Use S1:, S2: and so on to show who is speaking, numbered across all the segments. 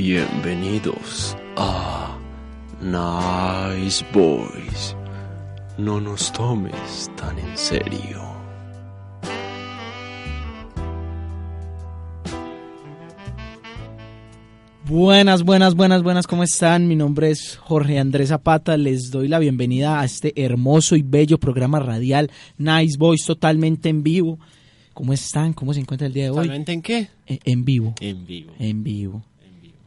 S1: Bienvenidos a Nice Boys. No nos tomes tan en serio.
S2: Buenas, buenas, buenas, buenas, ¿cómo están? Mi nombre es Jorge Andrés Zapata, les doy la bienvenida a este hermoso y bello programa radial Nice Boys totalmente en vivo. ¿Cómo están? ¿Cómo se encuentra el día de hoy?
S3: ¿Totalmente en qué?
S2: En, en vivo,
S3: En vivo.
S2: en vivo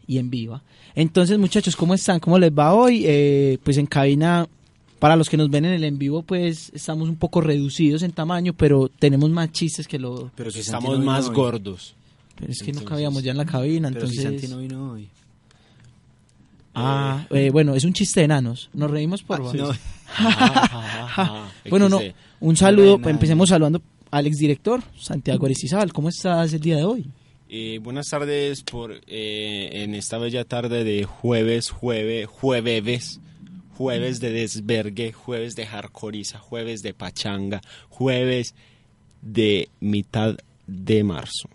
S2: y en viva. Entonces, muchachos, ¿cómo están? ¿Cómo les va hoy? Eh, pues en cabina, para los que nos ven en el en vivo, pues estamos un poco reducidos en tamaño, pero tenemos más chistes que lo...
S3: Pero si
S4: si
S3: estamos
S4: Santino
S3: más
S4: vino hoy.
S3: gordos.
S2: Pero es que no
S3: Entonces-
S2: cabíamos ya en la cabina,
S4: Pero
S2: entonces...
S4: si Santi no vino hoy.
S2: Ah, eh, bueno, es un chiste de enanos. Nos reímos por...
S3: Ah,
S4: No,
S2: Ah, Ajá. ah. Bueno, no,
S3: eh,
S2: un saludo, pues, empecemos saludando al exdirector Santiago Aristizábal. ¿Cómo estás el día de hoy?
S3: Eh, buenas tardes por eh, en esta bella tarde de jueves, jueves, jueves, jueves de desvergue, jueves de hardcoreiza, jueves de pachanga, jueves de mitad de marzo.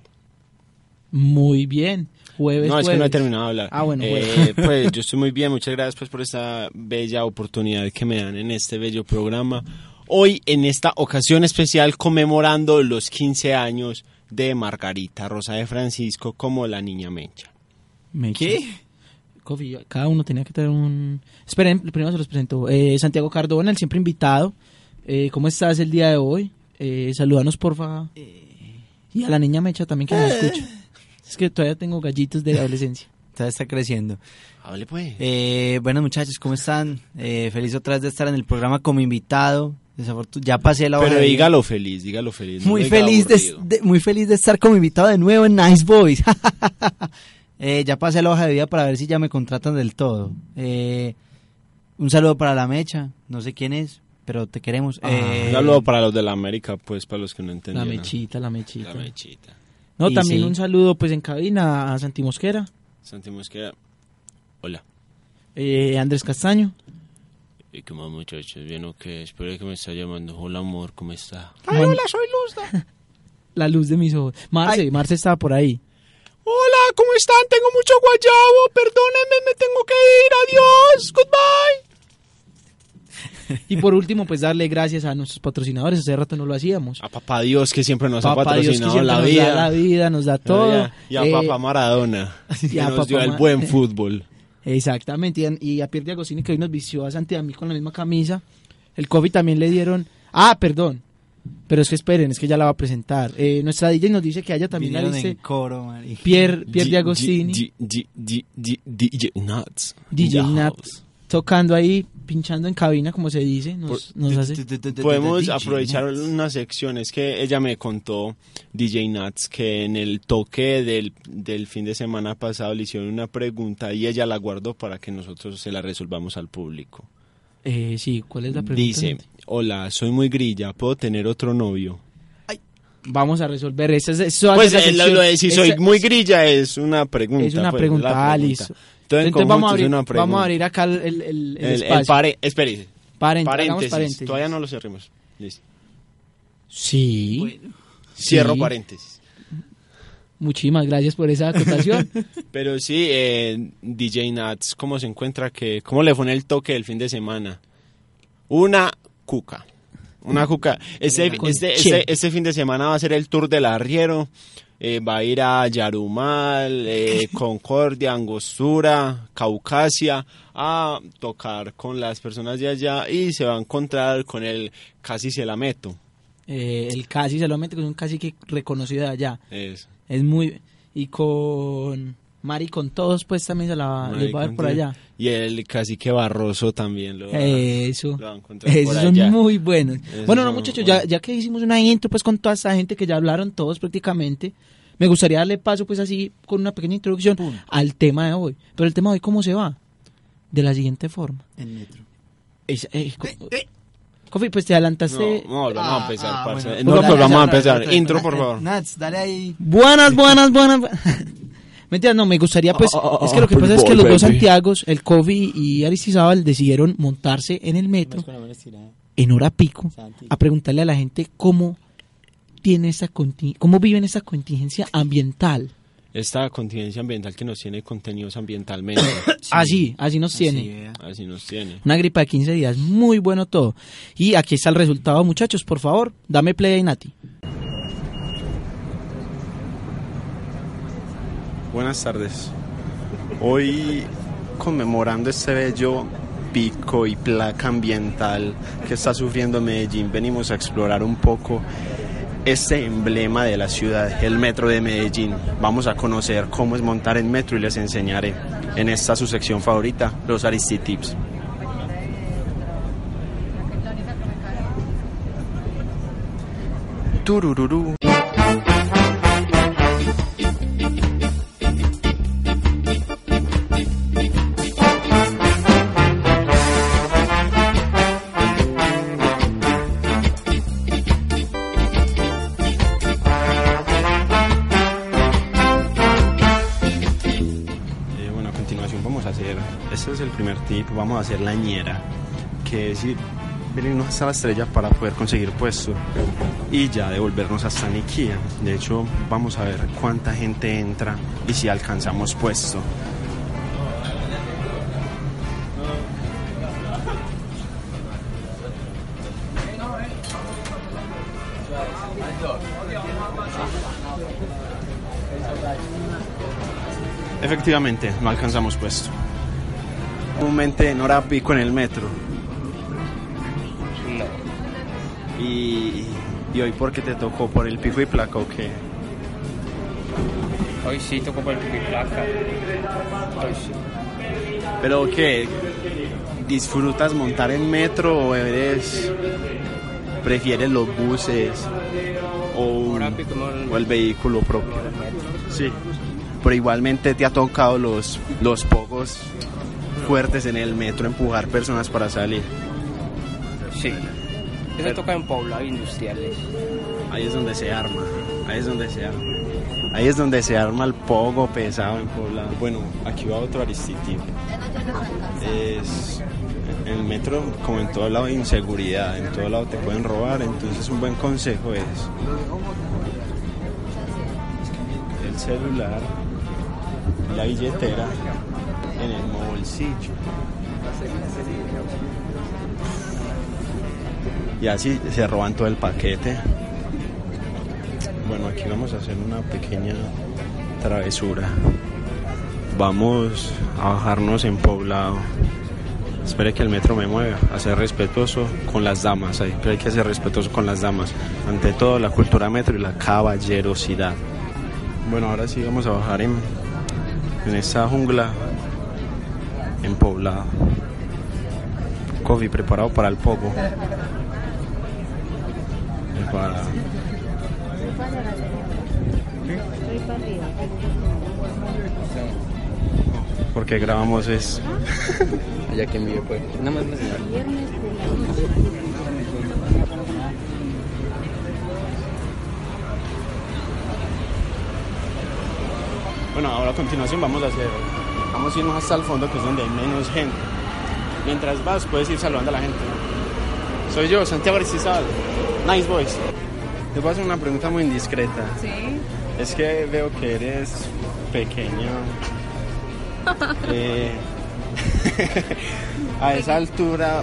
S2: Muy bien. Jueves,
S3: no, es que no he
S2: jueves.
S4: pues.
S3: terminado de hablar.
S2: Ah, bueno,
S3: Eh,
S2: jueves.
S3: pues yo estoy muy bien, muchas gracias pues, por esta bella oportunidad que me dan en este bello programa. Hoy, en esta ocasión especial, conmemorando los 15 años de Margarita Rosa de Francisco como la niña Mencha.
S2: Me echa- Cofi, Cada uno tenía que tener un... Esperen, primero se los presento. Eh, Santiago Cardona, el siempre invitado. Eh, ¿Cómo estás el día de hoy? Eh, saludanos, porfa. Y a la niña Mecha también que nos escucha. Es que todavía tengo gallitos de la adolescencia.
S4: todavía está creciendo.
S3: Hable pues.
S4: Eh, bueno, muchachos, ¿cómo están? Eh, feliz otra vez de estar en el programa como invitado. Desafortun- ya pasé la hora.
S3: Pero
S4: de-
S3: dígalo feliz, dígalo feliz. no
S4: Muy
S3: diga
S4: feliz de,
S3: aburrido.
S4: de- muy feliz de estar como invitado de nuevo en Nice Boys. Eh, ya pasé la hoja de vida para ver si ya me contratan del todo. Eh, un saludo para la mecha. No sé quién es, pero te queremos. Eh,
S3: Un saludo para los de la América, pues, para los que no
S2: La
S3: entendieron.
S2: mechita, la
S3: La
S2: mechita.
S3: mechita.
S2: No,
S4: Y
S2: también
S4: sí.
S2: un saludo pues en cabina a Santi Mosquera,
S3: Santi Mosquera. Hola.
S2: eh, Andrés Castaño.
S3: ¿Y qué más, muchachos? ¿Bien o qué? Espero que me está llamando. Hola, amor, ¿cómo está?
S2: Ay, hola, soy Luz. La luz de mis ojos. Marce, Marce estaba por ahí.
S3: Hola, ¿cómo están? Tengo mucho guayabo, perdónenme, me tengo que ir, adiós, goodbye.
S2: Y por último, pues darle gracias a nuestros patrocinadores. Hace rato no lo hacíamos.
S3: A papá Dios que siempre nos ha
S2: Papá Dios que
S3: patrocinado
S2: siempre
S3: la
S2: nos
S3: vida.
S2: da la vida, nos da todo.
S3: Y a
S2: Eh,
S3: papá Maradona,
S2: y
S3: que
S2: a
S3: nos
S2: papá
S3: dio el
S2: Ma-
S3: buen fútbol.
S2: Exactamente. Y a, y a Pierre Diagostini que hoy nos vistió a Santi y a mí con la misma camisa. El COVID también le dieron... Ah, perdón. Pero es que esperen, es que ya la va a presentar. Eh, nuestra DJ nos dice que haya también la
S4: vinieron en
S2: dice
S4: coro, marica.
S2: Pierre, Pierre
S3: G-
S2: Diagostini.
S3: G- G- G- G- DJ Nuts.
S2: DJ
S3: in the
S2: Nat
S3: house.
S2: tocando ahí, pinchando en cabina, como se dice, nos, nos hace.
S3: Podemos
S4: DJ,
S3: aprovechar
S4: ¿no?
S3: unas secciones que ella me contó, DJ Nats, que en el toque del, del fin de semana pasado le hicieron una pregunta y ella la guardó para que nosotros se la resolvamos al público.
S2: Eh, sí, ¿cuál es la pregunta?
S3: Dice, hola, soy muy grilla, ¿puedo tener otro novio?
S2: Vamos a resolver esa. es- eso va a
S3: Pues
S2: ser la
S3: eh, lo,
S2: sección.
S3: lo de si soy
S2: Esa-
S3: muy grilla es una pregunta.
S2: Es una
S3: pues,
S2: pregunta,
S3: la
S2: Alice.
S3: Entonces, en
S2: Entonces vamos a,
S3: conjunto es
S2: abrir,
S3: una pregunta.
S2: vamos a abrir acá el, el, el- el
S3: El- el
S2: espacio.
S3: pare- espérese,
S2: Paren- hagamos
S3: paréntesis,
S2: paréntesis.
S3: Todavía no lo cerremos. Listo.
S2: Sí.
S4: Bueno.
S3: Cierro
S2: Sí.
S3: paréntesis.
S2: Muchísimas gracias por esa acotación.
S3: Pero sí, eh, DJ Nats, ¿cómo se encuentra? que ¿Cómo le fue en el toque del fin de semana? Una cuca. Una
S2: Mm.
S3: cuca. Este,
S2: Con
S3: este,
S2: chile.
S3: este, este fin de semana va a ser el tour del arriero. Eh, va a ir a Yarumal, eh, Concordia, Angostura, Caucasia, a tocar con las personas de allá y se va a encontrar con el casi se la meto.
S2: Eh, el casi, se lo mete con un casi que reconocido de allá.
S3: Eso.
S2: Es muy. Y con Mari, con todos, pues también se la les va a ver por allá.
S3: Y el cacique Barroso también lo va,
S2: Eso.
S3: lo va a encontrar por
S2: Esos son
S3: allá.
S2: muy buenos.
S3: Esos
S2: bueno, no,
S3: son
S2: muchachos,
S3: buenos.
S2: ya, ya que hicimos una intro pues con toda esta gente que ya hablaron todos prácticamente, me gustaría darle paso pues así con una pequeña introducción al tema de hoy. Pero el tema de hoy, ¿cómo se va? De la siguiente forma.
S4: En metro.
S2: Es- eh, co- Cofi, pues te adelantaste.
S3: No, no, volvamos a empezar,
S4: Ah,
S3: parce.
S4: bueno.
S3: no,
S2: Volvamos
S3: pues
S2: a
S3: vamos a
S4: otra vez,
S3: empezar.
S4: otra vez.
S3: Intro, por favor.
S4: Nats, dale ahí.
S2: Buenas, buenas, buenas. bu- Mentira, no, me gustaría pues,
S3: Oh,
S2: es que lo que pasa es que los dos Santiagos, el Cofi y Aristizábal, decidieron montarse en el metro en hora pico a preguntarle a la gente cómo tiene esa conti- cómo viven esa contingencia ambiental.
S5: esta contingencia ambiental que nos tiene contenidos ambientalmente.
S2: así, así nos tiene. Pues,
S4: Así, vea.
S5: Así nos tiene.
S2: Una gripa de 15 días, muy bueno todo. Y aquí está el resultado, muchachos, por favor, dame play a Nati.
S3: Buenas tardes. Hoy conmemorando este bello pico y placa ambiental que está sufriendo Medellín, venimos a explorar un poco este emblema de la ciudad, el metro de Medellín. Vamos a conocer cómo es montar en metro y les enseñaré en esta su sección favorita, los Aristi Tips. Turururú.
S5: Eh, bueno, a continuación vamos a hacer.
S3: Este es el primer tip, vamos a hacer la ñera, que es ir, venirnos hasta la estrella para poder conseguir puesto y ya devolvernos hasta Niquía. De hecho, vamos a ver cuánta gente entra y si alcanzamos puesto. Efectivamente, no alcanzamos puesto. Comúnmente en hora pico en el metro. Y, y hoy porque te tocó por el pico y placa o qué?
S6: Hoy sí tocó por mi placa. Hoy sí.
S3: Pero qué, ¿disfrutas montar en metro o eres prefieres los buses o, un-
S6: Ahora pico no-
S3: o el vehículo propio? Sí. Pero igualmente te ha tocado los los pocos fuertes en el metro empujar personas para salir.
S6: Sí. Eso toca en poblados industriales.
S3: Ahí es donde se arma, ahí es donde se arma. Ahí es donde se arma el poco pesado en Poblado.
S5: Bueno, aquí va otro aristitip. Es en el metro, como en todo lado, hay inseguridad, en todo lado te pueden robar, entonces un buen consejo es el celular, la billetera en el bolsillo.
S3: Y así se roban todo el paquete. Bueno, aquí vamos a hacer una pequeña travesura. Vamos a bajarnos en poblado. Espere que el metro me mueva. A ser respetuoso con las damas. Hay hay que ser respetuoso con las damas. Ante todo, la cultura metro y la caballerosidad. Bueno, ahora sí vamos a bajar en, en esta jungla en poblado. Coffee preparado para el poco. Para- Porque grabamos es.
S6: Allá que envío pues. Nada más me
S5: Bueno, ahora a continuación vamos a hacer, vamos a irnos hasta el fondo que es donde hay menos gente. Mientras vas puedes ir saludando a la gente. Soy yo, Santiago Aristizábal. Nice boys.
S3: Te voy a hacer una pregunta muy indiscreta. Sí. Es que veo que eres pequeño. Eh, a esa altura,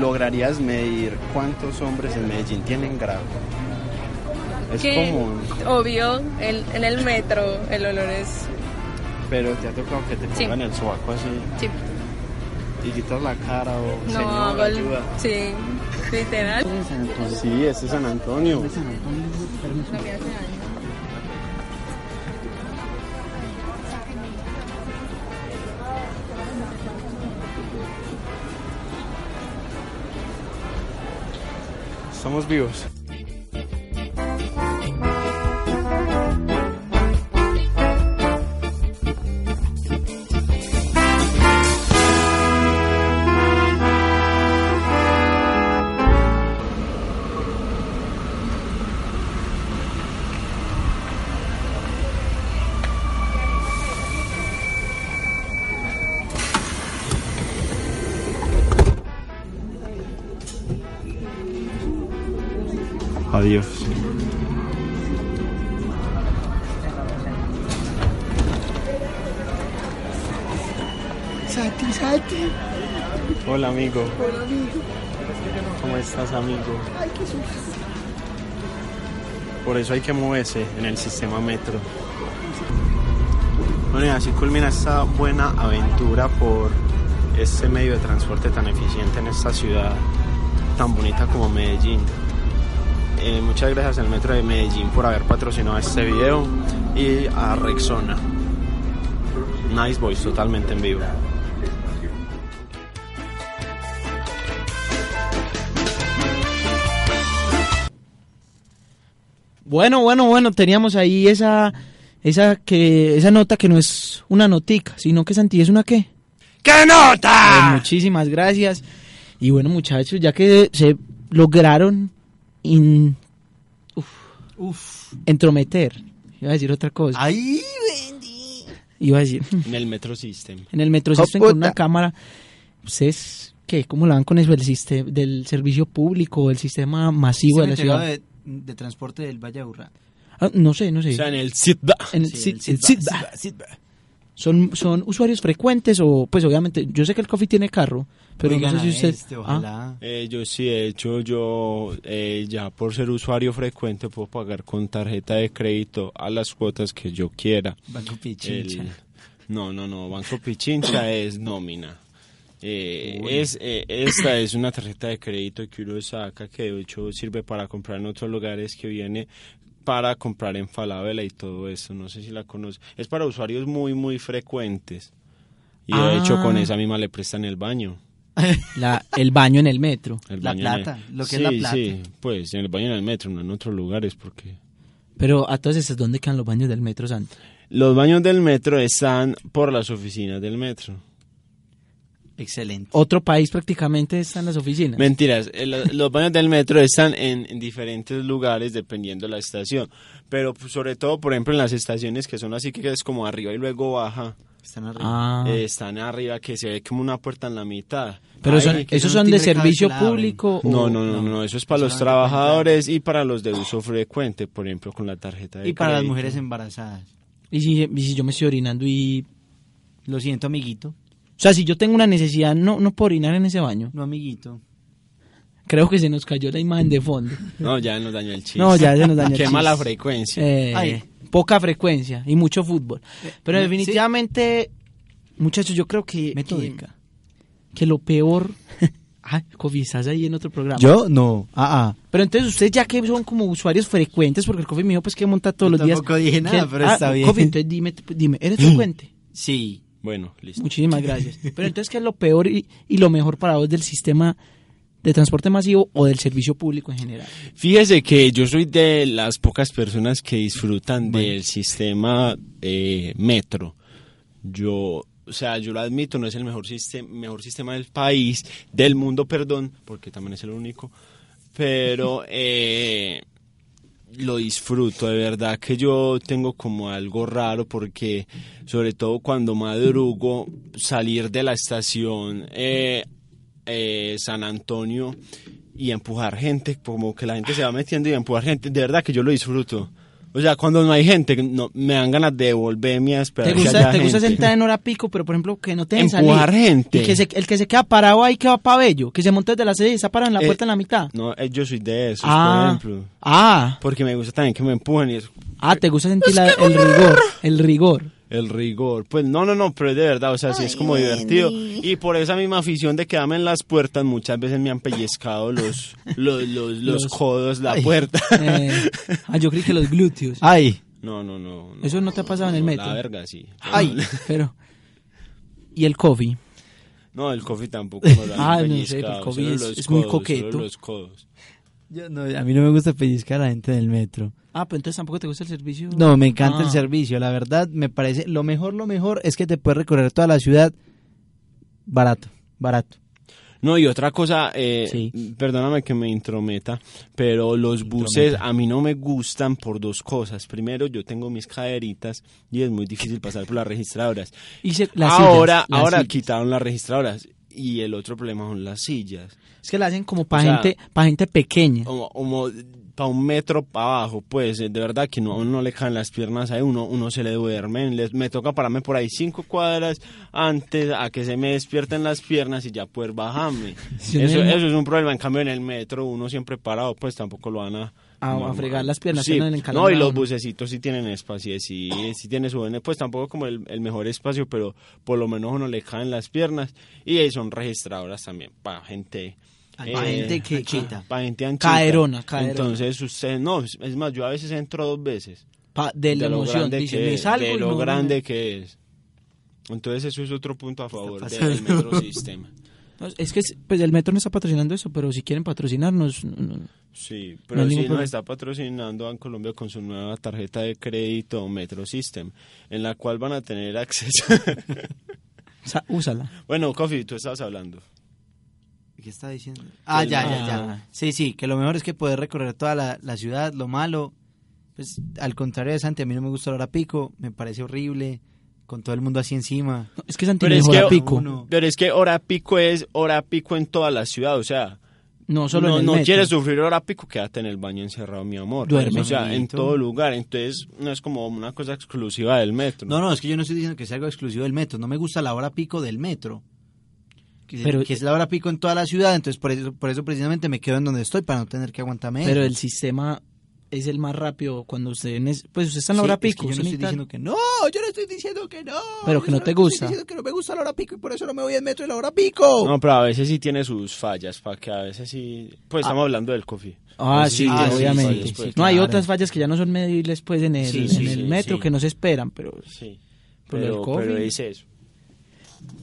S3: ¿lograrías medir cuántos hombres en Medellín tienen grado? Es
S7: que
S3: común,
S7: obvio el- en el metro el olor es
S3: pero te ha tocado que te
S7: Sí.
S3: pongan el sobaco así
S7: sí,
S3: y quitas la cara o
S7: no
S3: señora,
S7: hago el-
S3: ayuda.
S7: sí literal
S3: Sí, este es San Antonio.
S7: no me hace daño.
S3: Estamos vivos. Adiós.
S8: Sati, Sati.
S9: Hola amigo,
S8: Hola, amigo.
S9: ¿cómo estás amigo?
S8: Ay, qué susto.
S9: Por eso hay que moverse en el sistema metro. Bueno, y así culmina esta buena aventura por este medio de transporte tan eficiente en esta ciudad tan bonita como Medellín. Eh, muchas gracias al Metro de Medellín por haber patrocinado este video y a Rexona. Nice Boys totalmente en vivo.
S2: Bueno, bueno, bueno, teníamos ahí esa esa que esa nota que no es una notica, sino que Santi es una qué.
S3: ¡Qué
S2: Pues
S3: nota!
S2: muchísimas gracias. Y bueno, muchachos, ya que se lograron in- entrometer, iba a decir otra cosa.
S3: Ah.
S4: ¡Ay!
S2: Iba a decir,
S3: En el Metro System.
S2: en el metro System con una cámara, ¿ustedes qué? ¿Cómo la van con eso del, siste- del servicio público, del sistema masivo de la
S4: Sistema
S2: ciudad?
S4: de, de transporte del Valle de Urra.
S2: Ah, no sé, no sé.
S3: O sea, en el SIDA.
S2: En el
S4: Sí,
S2: sit-
S4: el
S2: el
S4: Sidba,
S2: Sidba. ¿Son, ¿Son usuarios frecuentes o, pues obviamente, yo sé que el coffee tiene carro, pero
S4: Oigan
S2: no sé si
S4: a
S2: usted...
S4: este,
S2: Ah,
S4: ojalá.
S3: Eh, yo sí, de hecho, yo eh, ya por ser usuario frecuente puedo pagar con tarjeta de crédito a las cuotas que yo quiera.
S4: Banco
S3: El-
S4: Pichincha.
S3: no, no, no, Banco Pichincha es nómina. Eh, es, eh, esta es una tarjeta de crédito que uno saca que de hecho sirve para comprar en otros lugares que viene para comprar en Falabella y todo eso. No sé si la conoce. Es para usuarios muy, muy frecuentes. Y de hecho
S2: Ah.
S3: con esa misma le prestan el baño.
S2: la- el baño en el metro.
S3: El
S4: La
S3: baño en el-
S4: plata, lo que es la
S3: Sí,
S4: plata.
S3: Sí, pues en el baño en el metro, no en otros lugares, porque...
S2: Pero a todas estas, ¿dónde quedan los baños del metro, Santi?
S3: Los baños del metro están por las oficinas del metro.
S4: Excelente.
S2: Otro país prácticamente está en las oficinas.
S3: Mentiras, eh, lo- los baños del metro están en, en diferentes lugares dependiendo la estación, pero pues, sobre todo, por ejemplo, en las estaciones que son así que es como arriba y luego baja,
S4: Están arriba.
S2: ah,
S3: eh, están arriba que se ve como una puerta en la mitad.
S2: pero
S4: ay,
S2: son,
S4: que
S2: esos
S4: no
S2: son de
S4: tiene cada
S2: servicio
S4: clave.
S2: público. o-
S3: No, no, no, no, eso es para
S4: Eso
S3: los
S4: no te
S3: trabajadores y para los de uso frecuente, por ejemplo, con la tarjeta de
S4: y para las
S3: crédito.
S4: mujeres embarazadas.
S2: ¿Y si, y si yo me estoy orinando y...
S4: Lo siento, amiguito.
S2: O sea, si yo tengo una necesidad, no, no puedo orinar en ese baño.
S4: No, amiguito.
S2: Creo que se nos cayó la imagen de fondo.
S3: No, ya nos dañó el chiste.
S2: No, ya se nos dañó el
S3: Qué
S2: chiste.
S3: mala frecuencia.
S2: Eh,
S4: Ay. Eh,
S2: poca frecuencia y mucho fútbol. Pero
S4: me-
S2: definitivamente, muchachos, yo creo que...
S4: Metódica.
S2: Que, que lo peor... Ah, Kofi, estás ahí en otro programa.
S4: ¿Yo? No. Ah, ah.
S2: Pero entonces ustedes ya que son como usuarios frecuentes, porque el Coffee me dijo pues que monta todos
S4: Yo
S2: los días.
S4: tampoco dije nada,
S2: que-
S4: pero está bien.
S2: Coffee, entonces dime, dime, ¿eres frecuente?
S4: Sí.
S2: Eh.
S3: Bueno, listo.
S2: Muchísimas gracias. Pero entonces, ¿qué es lo peor y, y lo mejor para vos del sistema de transporte masivo o del servicio público en general?
S3: Fíjese que yo soy de las pocas personas que disfrutan del sistema eh, metro. Yo, o sea, yo lo admito, no es el mejor sistema, mejor sistema del país, del mundo, perdón, porque también es el único. Pero eh, lo disfruto, de verdad que yo tengo como algo raro porque sobre todo cuando madrugo salir de la estación eh, eh, San Antonio y empujar gente, como que la gente se va metiendo y empujar gente, de verdad que yo lo disfruto. O sea, cuando no hay gente, no, me dan ganas de devolverme a esperar.
S2: ¿Te
S3: que
S2: gusta,
S3: haya
S2: te gusta
S3: gente.
S2: sentar en hora pico, pero por ejemplo que no te dejen
S3: Empujar
S2: salir?
S3: gente.
S2: Y que se- el que se queda parado ahí que va para bello, que se monta desde la sede y está parado en la
S3: Eh,
S2: puerta en la mitad.
S3: No, eh, yo soy de esos,
S2: ah,
S3: por ejemplo.
S2: ah,
S3: Porque me gusta también que me empujen y es
S2: ah, te gusta sentir la- el rigor, el rigor.
S3: El rigor. Pues no, no, no, pero es de verdad, o sea, sí es como divertido. Y por esa misma afición de quedarme en las puertas, muchas veces me han pellizcado los, los, los, los
S2: Los-
S3: codos, la puerta.
S2: Eh, ah, yo creí que los glúteos. Ah,
S4: Ay.
S3: No, no, no, no.
S2: Eso no te ha pasado en el
S3: No,
S2: metro.
S3: La verga, sí.
S4: Ay.
S2: Pero. ¿Y el coffee?
S3: No, el coffee tampoco. me lo han
S2: Ah, no sé, el
S3: pellizcado,
S2: coffee
S3: solo
S2: es-
S3: los
S2: es muy
S3: codos,
S2: coqueto.
S3: solo los codos.
S4: Yo no, a mí no me gusta pellizcar a la gente del metro.
S2: Ah, pero entonces tampoco te gusta el servicio.
S4: No, me encanta
S2: Ah.
S4: el servicio. La verdad, me parece lo mejor, lo mejor es que te puedes recorrer toda la ciudad barato, barato.
S3: No, y otra cosa, eh,
S4: Sí.
S3: perdóname que me intrometa, pero los buses a mí no me gustan por dos cosas. Primero, yo tengo mis caderitas y es muy difícil pasar por las registradoras.
S2: Y se- las
S3: ahora
S2: sillas, las
S3: ahora
S2: sillas.
S3: quitaron las registradoras y el otro problema son las sillas.
S2: Es que la hacen como para
S3: O sea-
S2: gente, para gente pequeña.
S3: Como, como para un metro para abajo, pues eh, de verdad que no, a uno no le caen las piernas a uno, uno se le duermen, les- me toca pararme por ahí cinco cuadras antes a que se me despierten las piernas y ya poder bajarme.
S2: Sí, en
S3: eso,
S2: el-
S3: eso es un problema, en cambio en el metro uno siempre parado, pues tampoco lo van a...
S2: A-
S3: no,
S2: a fregar las piernas,
S3: sí.
S2: que no le encalan
S3: No, y
S2: nada a
S3: los
S2: uno.
S3: bucecitos sí tienen espacio, sí, sí tienen su... Pues tampoco como el, el mejor espacio, pero por lo menos a uno le caen las piernas y eh, son registradoras también para gente... Eh.
S4: Pa' gente que quita.
S3: Para gente anchita.
S2: Caderona, caderona.
S3: Entonces usted, no, es es más, yo a veces entro dos veces.
S2: Pa- de la
S3: lo
S2: emoción,
S3: grande
S2: dice,
S3: que
S2: me
S3: es,
S2: salgo
S3: de
S2: y
S3: lo
S2: no-
S3: grande que es. Entonces eso es otro punto a favor
S4: pasando?
S3: del metrosistema.
S2: No, es que es- pues el metro no está patrocinando eso, pero si quieren patrocinarnos, no- no-
S3: Sí,
S2: No hay
S3: pero
S2: ningún
S3: sí nos
S2: problema.
S3: está patrocinando en Colombia con su nueva tarjeta de crédito Metro System, en la cual van a tener acceso.
S2: sa- úsala.
S3: bueno, Coffee, tú estabas hablando.
S4: ¿Qué está diciendo? Ah, ya, ya,
S2: Ah.
S4: ya. Sí, sí, que lo mejor es que poder recorrer toda la, la ciudad. Lo malo, pues al contrario de Santi, a mí no me gusta la hora pico, me parece horrible, con todo el mundo así encima.
S2: No, es que Santi
S3: Pero es
S2: mejora
S3: que-
S2: pico.
S4: No, no.
S3: Pero es que hora pico es hora pico en toda la ciudad, o sea,
S2: No, solo
S3: no,
S2: en el
S3: no
S2: metro.
S3: quieres sufrir hora pico, quédate en el baño encerrado, mi amor.
S2: Duerme.
S3: O sea, en
S4: Amiguito.
S3: todo lugar. Entonces, no es como una cosa exclusiva del metro.
S4: No, no, es que yo no estoy diciendo que sea algo exclusivo del metro, no me gusta la hora pico del metro. Que,
S2: Pero-
S4: que es la hora pico en toda la ciudad, entonces por eso, por eso precisamente me quedo en donde estoy para no tener que aguantarme.
S2: Pero el sistema es el más rápido cuando usted... nes- Pues usted está en la hora pico.
S4: yo
S2: sí
S4: no estoy
S2: necesita-
S4: diciendo que no, yo no estoy diciendo que no.
S2: Pero que
S4: yo
S2: no
S4: solo
S2: te
S4: estoy
S2: gusta.
S4: diciendo que no me gusta la hora pico y por eso no me voy al metro en la hora pico.
S3: No, pero a veces sí tiene sus fallas, para que a veces sí... Pues estamos hablando del coffee.
S2: Ah, sí,
S4: Ah, sí,
S2: obviamente.
S4: sí,
S3: sí, pues,
S2: no, hay
S4: claro.
S2: otras fallas que ya no son medibles pues en el,
S4: Sí,
S2: en
S4: sí,
S2: el
S3: sí,
S2: metro
S3: sí.
S2: que no se esperan, pero...
S3: Sí.
S2: Pero el
S3: Pero,
S2: Pues coffee.
S3: pero es eso.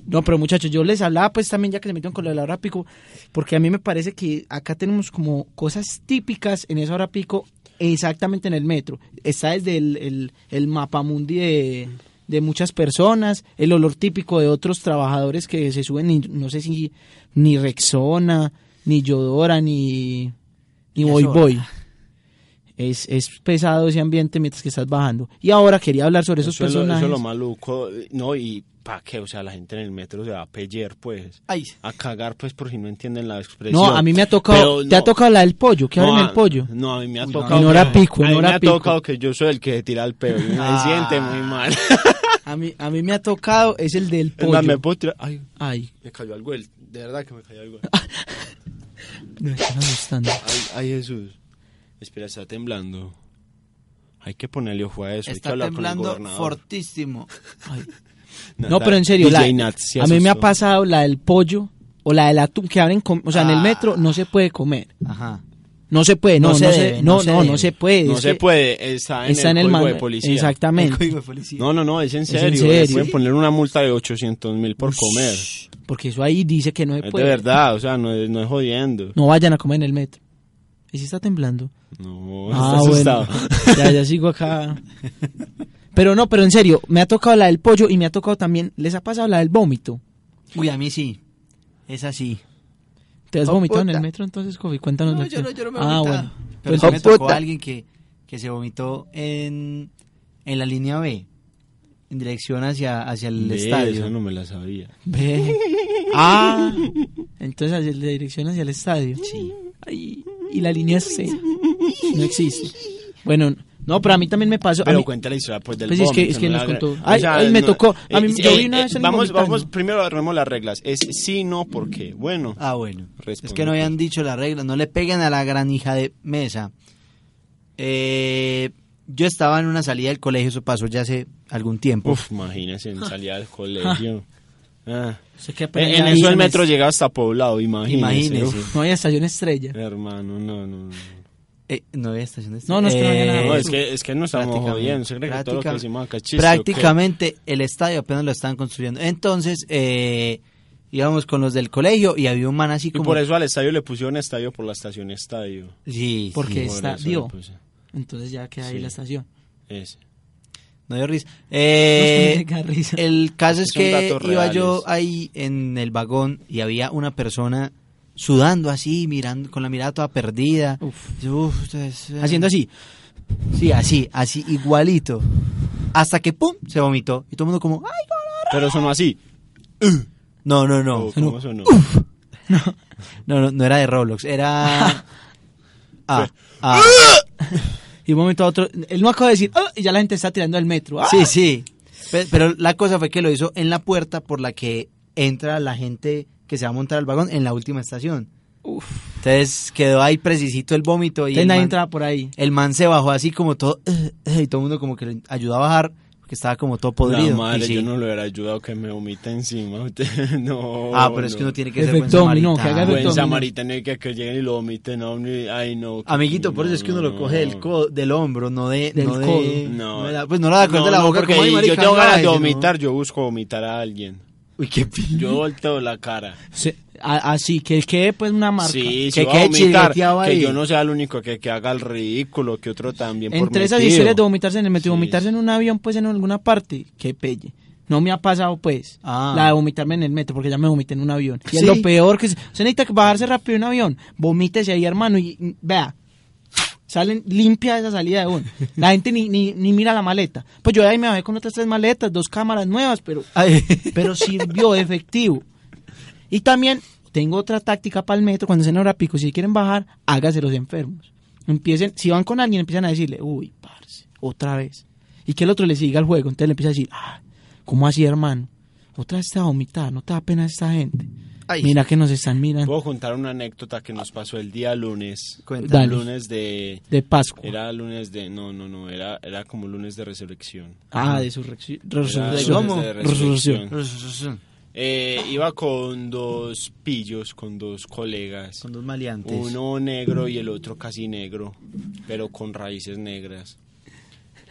S2: No, pero muchachos, yo les hablaba pues también ya que se metieron con lo de la hora pico, porque a mí me parece que acá tenemos como cosas típicas en esa hora pico exactamente en el metro. Está desde el, el, el mapamundi de, de muchas personas, el olor típico de otros trabajadores que se suben, y, no sé si ni Rexona, ni Yodora, ni, ni
S4: Ni
S2: Boy
S4: Azora.
S2: Boy. Es, es pesado ese ambiente mientras que estás bajando. Y ahora quería hablar sobre esos
S3: Eso es, lo, eso es
S2: personajes.
S3: lo maluco. No, y para qué, o sea, la gente en el metro se va a pellear, pues.
S4: Ay,
S3: A cagar, pues, por si Pues no entienden la expresión.
S2: No, a mí me ha tocado.
S3: Pero
S2: ¿Te ha
S3: no.
S2: tocado la del pollo? ¿Qué abren
S3: no,
S2: el pollo?
S3: No, a mí me ha
S4: Uy,
S3: tocado.
S2: en hora
S3: que-
S2: pico, en
S3: a mí
S2: hora
S3: me
S2: pico.
S3: ha tocado que yo soy el que tira el peo. Y me
S4: Ah.
S3: siente muy mal.
S2: A mí, a mí me ha tocado es el del
S3: Es más, me
S2: pollo.
S3: puedo tirar. Ay,
S2: Ay,
S3: me cayó algo. el- De verdad que me cayó algo.
S2: me están asustando.
S3: Ay, ay, Jesús. Espera, está temblando. Hay que ponerle ojo a eso. hay que
S4: está
S3: hablar con el
S4: temblando
S3: gobernador.
S4: fortísimo.
S2: Ay.
S3: Nada,
S2: No, pero en serio,
S3: DJ
S2: la-
S3: Nat se
S2: a mí me ha
S3: asustó.
S2: pasado la del pollo o la del atún que abren, com- o sea, en el
S4: Ah.
S2: metro no se puede comer.
S4: Ajá.
S2: No se puede, no,
S4: No
S2: no,
S4: se
S2: se,
S4: debe,
S2: no,
S4: no se
S2: no,
S4: debe.
S2: no se puede.
S3: No
S2: pues, es
S3: se
S2: que
S3: puede, está en
S2: Está en
S3: el,
S2: el
S3: código de
S2: manual,
S3: policía.
S4: El
S2: Exactamente,
S4: código de policía.
S3: No, no, no, es en
S2: en
S3: serio.
S2: serio.
S3: Le pueden poner una multa de 800 mil por comer.
S2: porque eso ahí dice que no se
S3: Es
S2: puede.
S3: de verdad, o sea, no es, no es jodiendo.
S2: No vayan a comer en el metro. ¿Y si está temblando?
S3: No,
S2: Ah,
S3: está
S2: bueno.
S3: asustado.
S2: Ya, ya sigo acá. Pero no, pero en serio, me ha tocado la del pollo y me ha tocado también, les ha pasado la del vómito.
S4: Uy, a mí sí. Es así.
S2: ¿Te has
S4: Oh,
S2: vomitado en el
S4: puta.
S2: metro entonces, Kofi? Cuéntanos.
S4: No,
S2: la
S4: yo
S2: experiencia.
S4: no, yo no me he
S2: Ah,
S4: vomitado.
S2: bueno.
S4: Pero
S2: Pero
S3: Pues,
S4: sí me
S2: también-
S4: tocó a alguien que, que se vomitó en, en la línea B, en dirección hacia, hacia el
S3: Ve,
S4: estadio.
S3: Esa no me la sabía.
S2: Ve. Ah, entonces hacia la dirección hacia el estadio.
S4: Sí.
S2: Ay, y la línea C no existe. Bueno, no, pero a mí también me pasó. a
S3: Pero
S2: mí-
S3: cuenta la historia pues del
S2: Pues es que- es que
S3: no
S2: nos
S3: la gra-
S2: contó. Ay, ay, me tocó. A mí- yo vi una vez alguien
S3: eh, vamos,
S2: vomitando.
S3: vamos, primero armemos las reglas. Es sí, no, por qué. Bueno,
S4: Ah, bueno.
S3: Responde,
S4: Es que no habían dicho la regla. No le peguen a la gran hija de mesa. Eh, yo estaba en una salida del colegio, eso pasó ya hace algún tiempo.
S3: uf, imagínense, en salida del colegio. Ah.
S2: sé que apenas
S3: En
S2: Pues ya
S3: eso
S2: vi-
S3: el metro llega hasta Poblado, imagínense.
S4: Imagínense.
S3: uf.
S2: No hay estación estrella.
S3: Hermano, no, no, no.
S4: Eh, no había estación de
S2: No, no, es que no había nada.
S3: No,
S2: Eh,
S3: es que, es que no estamos jodiendo. Se cree que todo lo que decimos acá es chiste, ¿o qué?
S4: prácticamente el estadio apenas lo estaban construyendo. Entonces, eh, íbamos con los del colegio y había un man así
S3: Y
S4: como...
S3: por eso al estadio le pusieron estadio por la estación estadio.
S4: Sí,
S2: ¿Por
S4: sí.
S2: qué?
S3: Por
S2: Está-
S3: eso le
S2: dio.
S3: puse
S2: Entonces ya queda ahí
S3: Sí.
S2: la estación.
S3: ese.
S4: No dio risa.
S2: No
S4: Eh,
S2: es que me dé risa.
S4: el caso es
S3: Son
S4: que iba
S3: datos reales.
S4: yo ahí en el vagón y había una persona sudando así, mirando con la mirada toda perdida.
S2: Uf.
S4: Yo, uf, esto es, eh,
S2: Haciendo así.
S4: Sí, así, así, igualito. Hasta que pum, se vomitó. Y todo el mundo como, ay,
S3: Pero sonó así.
S4: no, no,
S3: Oh,
S4: no.
S3: ¿O ¿Cómo sonó?
S4: No, no, no era de Roblox, era... ah, ah.
S2: Y un momento a otro, él no acaba de decir, "Ah", y ya la gente está tirando al metro. ¡Ah!
S4: Sí, sí. Pe- Pero la cosa fue que lo hizo en la puerta por la que entra la gente que se va a montar al vagón en la última estación.
S2: Uf.
S4: Entonces quedó ahí precisito el vómito y
S2: Entonces
S4: el
S2: nadie
S4: man,
S2: entraba por ahí.
S4: el man se bajó así como todo eh, eh, y todo el mundo como que le ayudó a bajar porque estaba como todo podrido.
S3: La
S4: Y
S3: madre,
S4: sí.
S3: yo no lo hubiera ayudado que me vomita encima. no.
S4: ah, pero es que uno tiene que ser buen
S2: Efecto dominó, que
S4: samaritano.
S2: haga
S3: Buen
S2: efecto dominó.
S3: samaritano y que, que lleguen y lo vomiten a uno y- Ay, no.
S4: Amiguito, por eso es que uno lo
S3: no,
S4: coge del,
S3: no.
S4: codo- del hombro, no de...
S2: Del
S4: no de-
S2: codo.
S3: No.
S4: no de la- pues no la
S3: No,
S4: de la
S3: no,
S4: boca
S3: porque
S4: como, "Ay,
S3: ahí
S4: marica,
S3: yo tengo ganas de
S4: no".
S3: vomitar, yo busco vomitar a alguien.
S4: Uy, qué pin-
S3: Yo volteo la cara.
S2: Sí, a- así que el que pues una marca.
S3: Sí,
S4: Que
S3: se va a
S4: quede
S3: vomitar,
S4: chirigueteado ahí.
S3: que yo no sea el único que, que haga el ridículo, que otro también por
S2: Entre esas
S3: metido.
S2: historias de vomitarse en el metro y
S3: Sí.
S2: vomitarse en un avión, pues en alguna parte, qué pelle. No me ha pasado, pues,
S4: Ah.
S2: la de vomitarme en el metro, porque ya me vomité en un avión. Y es
S4: Sí.
S2: lo peor que... se- Usted necesita que bajarse rápido en un avión. Vomítese ahí, hermano, y y vea. Salen limpia esa salida de uno. La gente ni, ni, ni mira la maleta. Pues yo ahí me bajé con otras tres maletas, dos cámaras nuevas, pero,
S4: Ay.
S2: pero sirvió efectivo. Y también tengo otra táctica para el metro, cuando se hora pico, si quieren bajar, hágase los enfermos. Empiecen, si van con alguien, empiezan a decirle, uy, parce, otra vez. Y que el otro le siga el juego, entonces le empieza a decir, ah, ¿cómo así, hermano? Otra vez te va a vomitar, no te da pena esta gente.
S4: Ay.
S2: Mira que nos están mirando.
S3: Puedo contar una anécdota que nos pasó el día lunes.
S4: Cuéntame.
S2: Dale.
S3: Lunes de...
S2: De Pascua.
S3: Era lunes de... No, no, no, era, era como lunes de resurrección.
S2: ah, de su resurrección.
S3: Era lunes
S4: ¿Cómo?
S3: de
S2: Resurrección.
S3: Eh, iba con dos pillos, con dos colegas.
S4: Son dos maleantes.
S3: Uno negro y el otro casi negro, pero con raíces negras.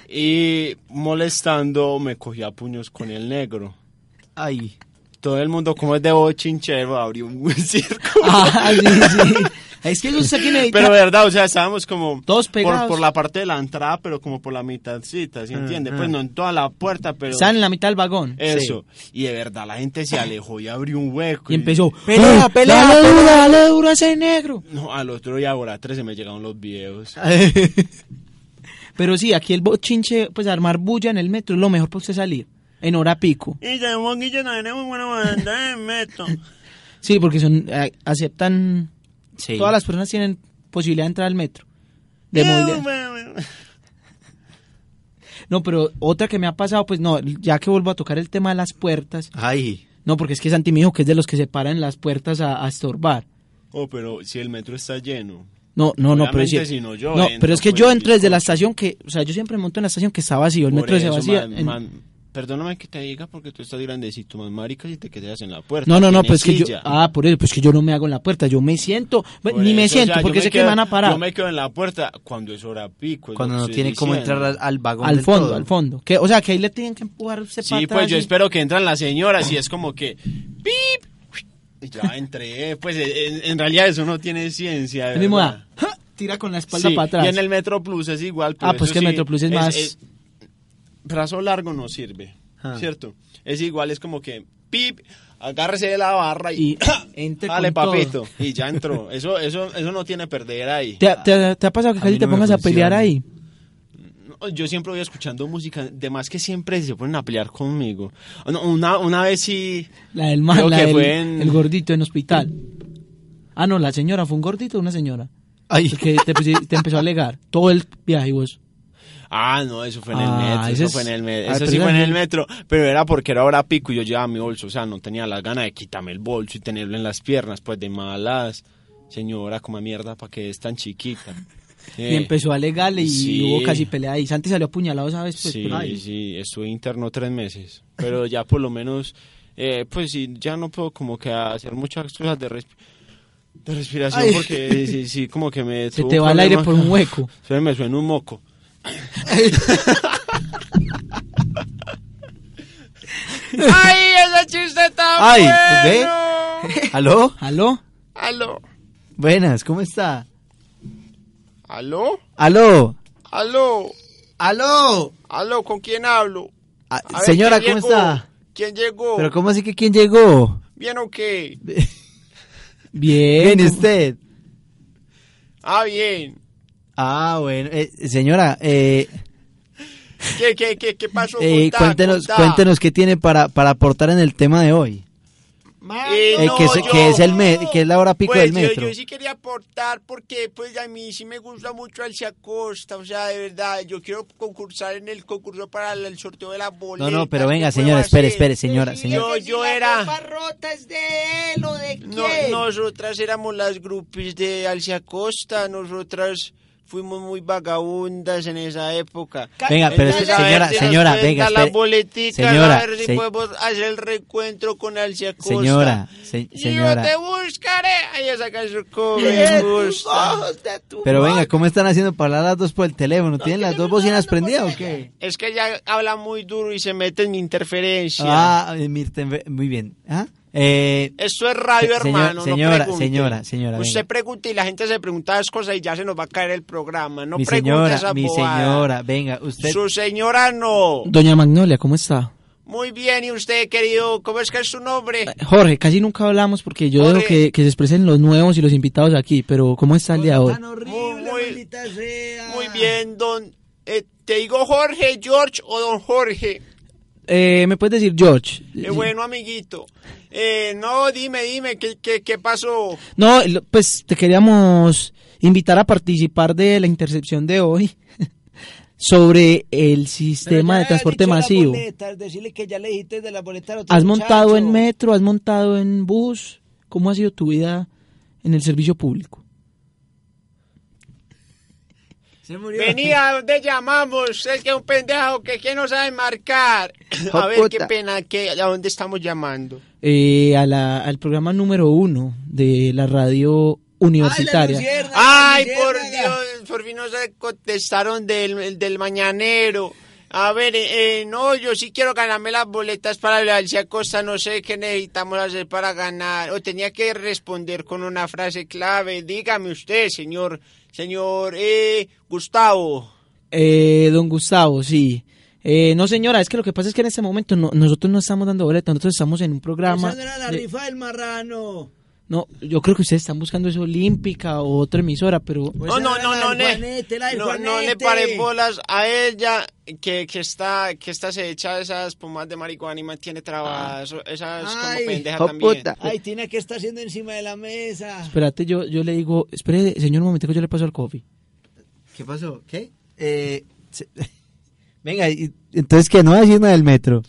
S3: Y molestando me cogía a puños con el negro.
S4: Ay.
S3: Todo el mundo como es de bochinchero abrió un circo.
S2: Ah, sí, sí. Es que eso se tiene...
S3: Pero verdad, o sea, estábamos como
S2: Todos pegados.
S3: por, por la parte de la entrada, pero como por la mitadcita, ¿sí entiende?
S2: Ah,
S3: Pues no en toda la puerta, pero
S2: Están en la mitad del vagón.
S3: eso. Y de verdad la gente se alejó y abrió un hueco.
S2: Y empezó.
S4: Pelea,
S2: "Ah,
S4: pelea,
S2: Dale
S4: pelea".
S2: dura, dale dura a ese negro.
S3: No, al otro día ahora 13 me llegaron los videos.
S2: Pero sí, aquí el bochinche, pues armar bulla en el metro es lo mejor para usted salir. En hora pico.
S3: Y tenemos guillo, tenemos buena banda, meto.
S2: Sí, porque son eh, aceptan.
S4: Sí.
S2: Todas las personas tienen posibilidad de entrar al metro. De movilidad. No, pero otra que me ha pasado, pues no, ya que vuelvo a tocar el tema de las puertas.
S4: Ay.
S2: No, porque es que Santi me dijo que es de los que se paran las puertas a, a estorbar.
S3: Oh, pero si el metro está lleno.
S2: No, no, no, pero,
S3: Obviamente,
S2: sí-
S3: si no, yo
S2: no,
S3: entro,
S2: pero es que
S3: pues,
S2: yo entro desde la
S3: bizcocho.
S2: estación que, o sea, yo siempre monto en la estación que está vacío, el
S3: por
S2: metro se
S3: eso,
S2: vacía.
S3: man,
S2: en-
S3: man, perdóname que te diga porque tú estás grandecito, más marica, y te quedas en la puerta.
S2: No, no, no,
S3: Tienes
S2: pero es que yo,
S3: silla.
S2: ah, por eso, pues que yo no me hago en la puerta, yo me siento, pues,
S3: Por
S2: ni me
S3: eso,
S2: siento,
S3: o sea, yo
S2: porque sé que
S3: quedo-
S2: me van a parar.
S3: Yo me quedo en la puerta cuando es hora pico. es lo
S4: Cuando
S3: que
S4: no
S3: estoy
S4: tiene cómo
S3: diciendo.
S4: entrar al, al vagón.
S2: al
S4: del
S2: fondo,
S4: todo.
S2: al fondo. Que, o sea, que ahí le tienen que empujar usted para
S3: Sí,
S2: atrás
S3: pues yo
S2: y-
S3: espero que entran las señoras y es como que. ¡Pip! Y ya entré. Pues en, en realidad eso no tiene ciencia. de
S2: El mismo
S3: verdad.
S2: da, ¡ja! tira con la espalda
S3: Sí,
S2: para atrás.
S3: Y en el Metro Plus es igual. pero
S2: Ah, pues
S3: eso
S2: que el
S3: sí,
S2: Metro Plus es más-
S3: brazo largo no sirve,
S4: Ah.
S3: ¿cierto? Es igual, es como que pip, agárrese de la barra y,
S2: Y entre con
S3: dale
S2: todo.
S3: papito. Y ya entró. Eso, eso, eso no tiene perder ahí.
S2: ¿Te, ha- te, ha- te ha pasado que
S4: A
S2: casi
S4: mí
S2: te
S4: no me
S2: pongas a pelear
S4: funciona.
S2: ahí?
S3: No, Yo siempre voy escuchando música, de más que siempre se ponen a pelear conmigo. Ah, no, Una, una vez sí,
S2: La del man,
S3: Creo
S2: la
S3: que
S2: del-
S3: fue en-
S2: el gordito en hospital. Ah, no, la señora, ¿fue un gordito o una señora?
S4: Ay.
S2: El que te, pusi- te empezó a alegar todo el viaje y vos.
S3: Ah, no, eso fue en
S2: Ah,
S3: el metro.
S2: ese
S3: Eso,
S2: es-
S3: fue en el me-
S2: Ah,
S3: eso
S2: pero
S3: sí
S2: ese-
S3: fue en el metro. Pero era porque era hora pico y yo llevaba mi bolso. O sea, no tenía las ganas de quitarme el bolso y tenerlo en las piernas. Pues de malas. Señora, como mierda, ¿para que es tan chiquita?
S2: y
S3: Eh,
S2: empezó a alegarle y
S3: sí.
S2: hubo casi pelea ahí. Santi salió apuñalado, ¿sabes? Pues,
S3: sí,
S2: por ahí.
S3: sí, estuve interno tres meses. Pero ya por lo menos, eh, pues sí, ya no puedo como que hacer muchas cosas de, resp- de respiración
S4: Ay.
S3: porque sí, sí, como que me...
S2: Se
S3: tuvo
S2: te va el
S3: problema.
S2: aire por un hueco.
S3: Se me suena un moco.
S6: ¡Ay, esa chiste está
S4: Ay,
S6: bueno!
S4: ¿ve? ¿Aló?
S2: ¿Aló?
S6: ¡Aló!
S4: Buenas, ¿cómo está?
S6: ¿Aló?
S4: ¿Aló?
S6: ¿Aló?
S4: ¿Aló?
S6: ¿Aló? ¿Con quién hablo?
S4: Ah,
S6: A ver,
S4: señora,
S6: ¿quién
S4: ¿cómo
S6: llegó?
S4: está?
S6: ¿Quién llegó?
S4: ¿Pero cómo así que quién llegó?
S6: ¿Bien o qué?
S2: Bien.
S4: Bien, ¿y usted?
S6: Ah, bien.
S4: Ah, bueno. eh, señora, eh,
S6: ¿Qué, qué, qué, qué pasó?
S4: eh,
S6: Contá,
S4: cuéntenos,
S6: contá.
S4: cuéntenos qué tiene para, para aportar en el tema de hoy. Eh, que, es, que es el me- que es la hora
S3: Ah,
S4: pico
S3: Pues
S4: del
S3: yo-
S4: metro.
S3: Yo, sí quería aportar porque pues a mí sí me gusta mucho Alcia Acosta, o sea, de verdad, yo quiero concursar en el concurso para el, el sorteo de la boleta.
S4: no, pero venga, señora, espere, espere, señora, señora.
S3: Yo, yo era...
S8: rota es de él o de quién?
S3: no, nosotras éramos las grupis de Alcia Acosta, nosotras fuimos muy vagabundas en esa época.
S4: Venga, pero
S3: Entonces, a ver
S4: señora,
S3: si nos
S4: señora,
S3: presta
S4: venga,
S3: la
S4: espere.
S3: boletica,
S4: Señora,
S3: a ver si
S4: se-
S3: podemos hacer el reencuentro con Alcia Acosta.
S4: Señora, se-
S3: Yo te
S4: señora.
S3: buscaré. Ahí esa canción como me
S8: Ah.
S3: gusta.
S4: Pero venga, ¿cómo están haciendo para hablar las dos por el teléfono? ¿Tienen las dos bocinas prendidas o qué?
S3: Es que ella habla muy duro y se mete en mi interferencia.
S4: Ah, eh, Mirten, muy bien. ¿Ah? Eh,
S3: Esto es radio,
S4: Se-
S3: hermano.
S4: señora,
S3: no pregunte.
S4: señora, señora,
S3: Usted
S4: venga.
S3: pregunta y la gente se pregunta las cosas y ya se nos va a caer el programa. No
S4: mi
S3: pregunte
S4: señora,
S3: esa
S4: mi
S3: bobada.
S4: señora, venga, usted.
S3: Su señora no.
S2: Doña Magnolia, ¿cómo está?
S3: Muy bien, y usted, querido, ¿cómo es que es su nombre?
S2: Eh, Jorge, casi nunca hablamos porque yo
S3: Jorge.
S2: dejo que, que se expresen los nuevos y los invitados aquí, pero ¿cómo está el día de hoy?
S3: Muy, muy, muy bien, don. eh, ¿Te digo Jorge, George o don Jorge?
S2: Eh, ¿Me puedes decir George?
S3: Qué bueno, amiguito. Eh, no, dime, dime, ¿qué, qué, qué pasó?
S2: No, lo- pues te queríamos invitar a participar de la intercepción de hoy sobre el sistema de transporte masivo.
S8: decirle que ya le dijiste de la boleta al otro
S2: ¿Has montado en
S8: muchacho.
S2: metro? ¿Has montado en bus? ¿Cómo ha sido tu vida en el servicio público?
S4: Se murió.
S3: Venía, ¿dónde llamamos? Es que es un pendejo que, que no sabe marcar. A ver, qué pena, que, ¿a dónde estamos llamando?
S2: Eh, a la- al programa número uno de la radio universitaria.
S3: Ay, por Dios, por fin nos contestaron del, del mañanero. A ver, eh, eh, no, yo sí quiero ganarme las boletas para la Alcia Costa, no sé qué necesitamos hacer para ganar. O tenía que responder con una frase clave. Dígame usted, señor, señor eh, Gustavo.
S2: Eh, don Gustavo, sí. Eh, no señora, es que lo que pasa es que en este momento no- nosotros no estamos dando boletas, nosotros estamos en un programa... de-
S8: rifa del marrano.
S2: No, yo creo que ustedes están buscando eso Olímpica o otra emisora, pero
S3: No, no, no, no, le-
S8: Juanete, Pues la del
S3: no, no le
S8: Juanete.
S3: pare bolas a ella que, que está que está se echa esas pomas de marihuana y mantiene trabadas, esas
S8: Ah. Ay,
S3: como pendeja
S8: hijo
S3: también.
S8: Ay, tiene que estar haciendo encima de la mesa.
S2: espérate, yo, yo le digo, espere, señor, un momentico, yo le paso al coffee.
S4: ¿Qué pasó? ¿Qué? Eh, se- venga, y- entonces que no va a decir nada del metro.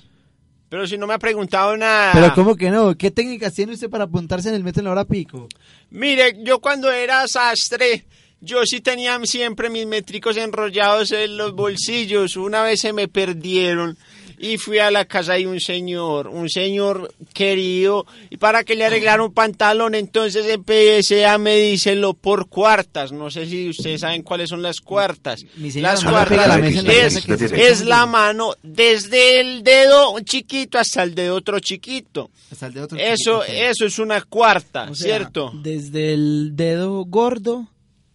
S3: Pero si no me ha preguntado nada.
S8: Ah.
S4: Pero ¿cómo que no? ¿Qué técnicas tiene usted para apuntarse en el metro en la hora pico?
S3: Mire, yo cuando era sastre, yo sí tenía siempre mis métricos enrollados en los bolsillos. Una vez se me perdieron y fui a la casa de un señor, un señor querido, y para que le arreglara un pantalón, entonces el PSA me dice lo por cuartas. No sé si ustedes saben cuáles son las cuartas.
S4: Mi señora,
S3: Las
S4: no le pega
S3: cuartas
S4: la mesa en la
S3: es,
S4: mesa que se-
S3: es la mano desde el dedo chiquito hasta el dedo otro chiquito.
S4: Hasta el de otro
S3: Eso,
S4: chiquito.
S3: eso es una cuarta,
S2: O sea,
S3: ¿cierto?
S2: Desde el dedo gordo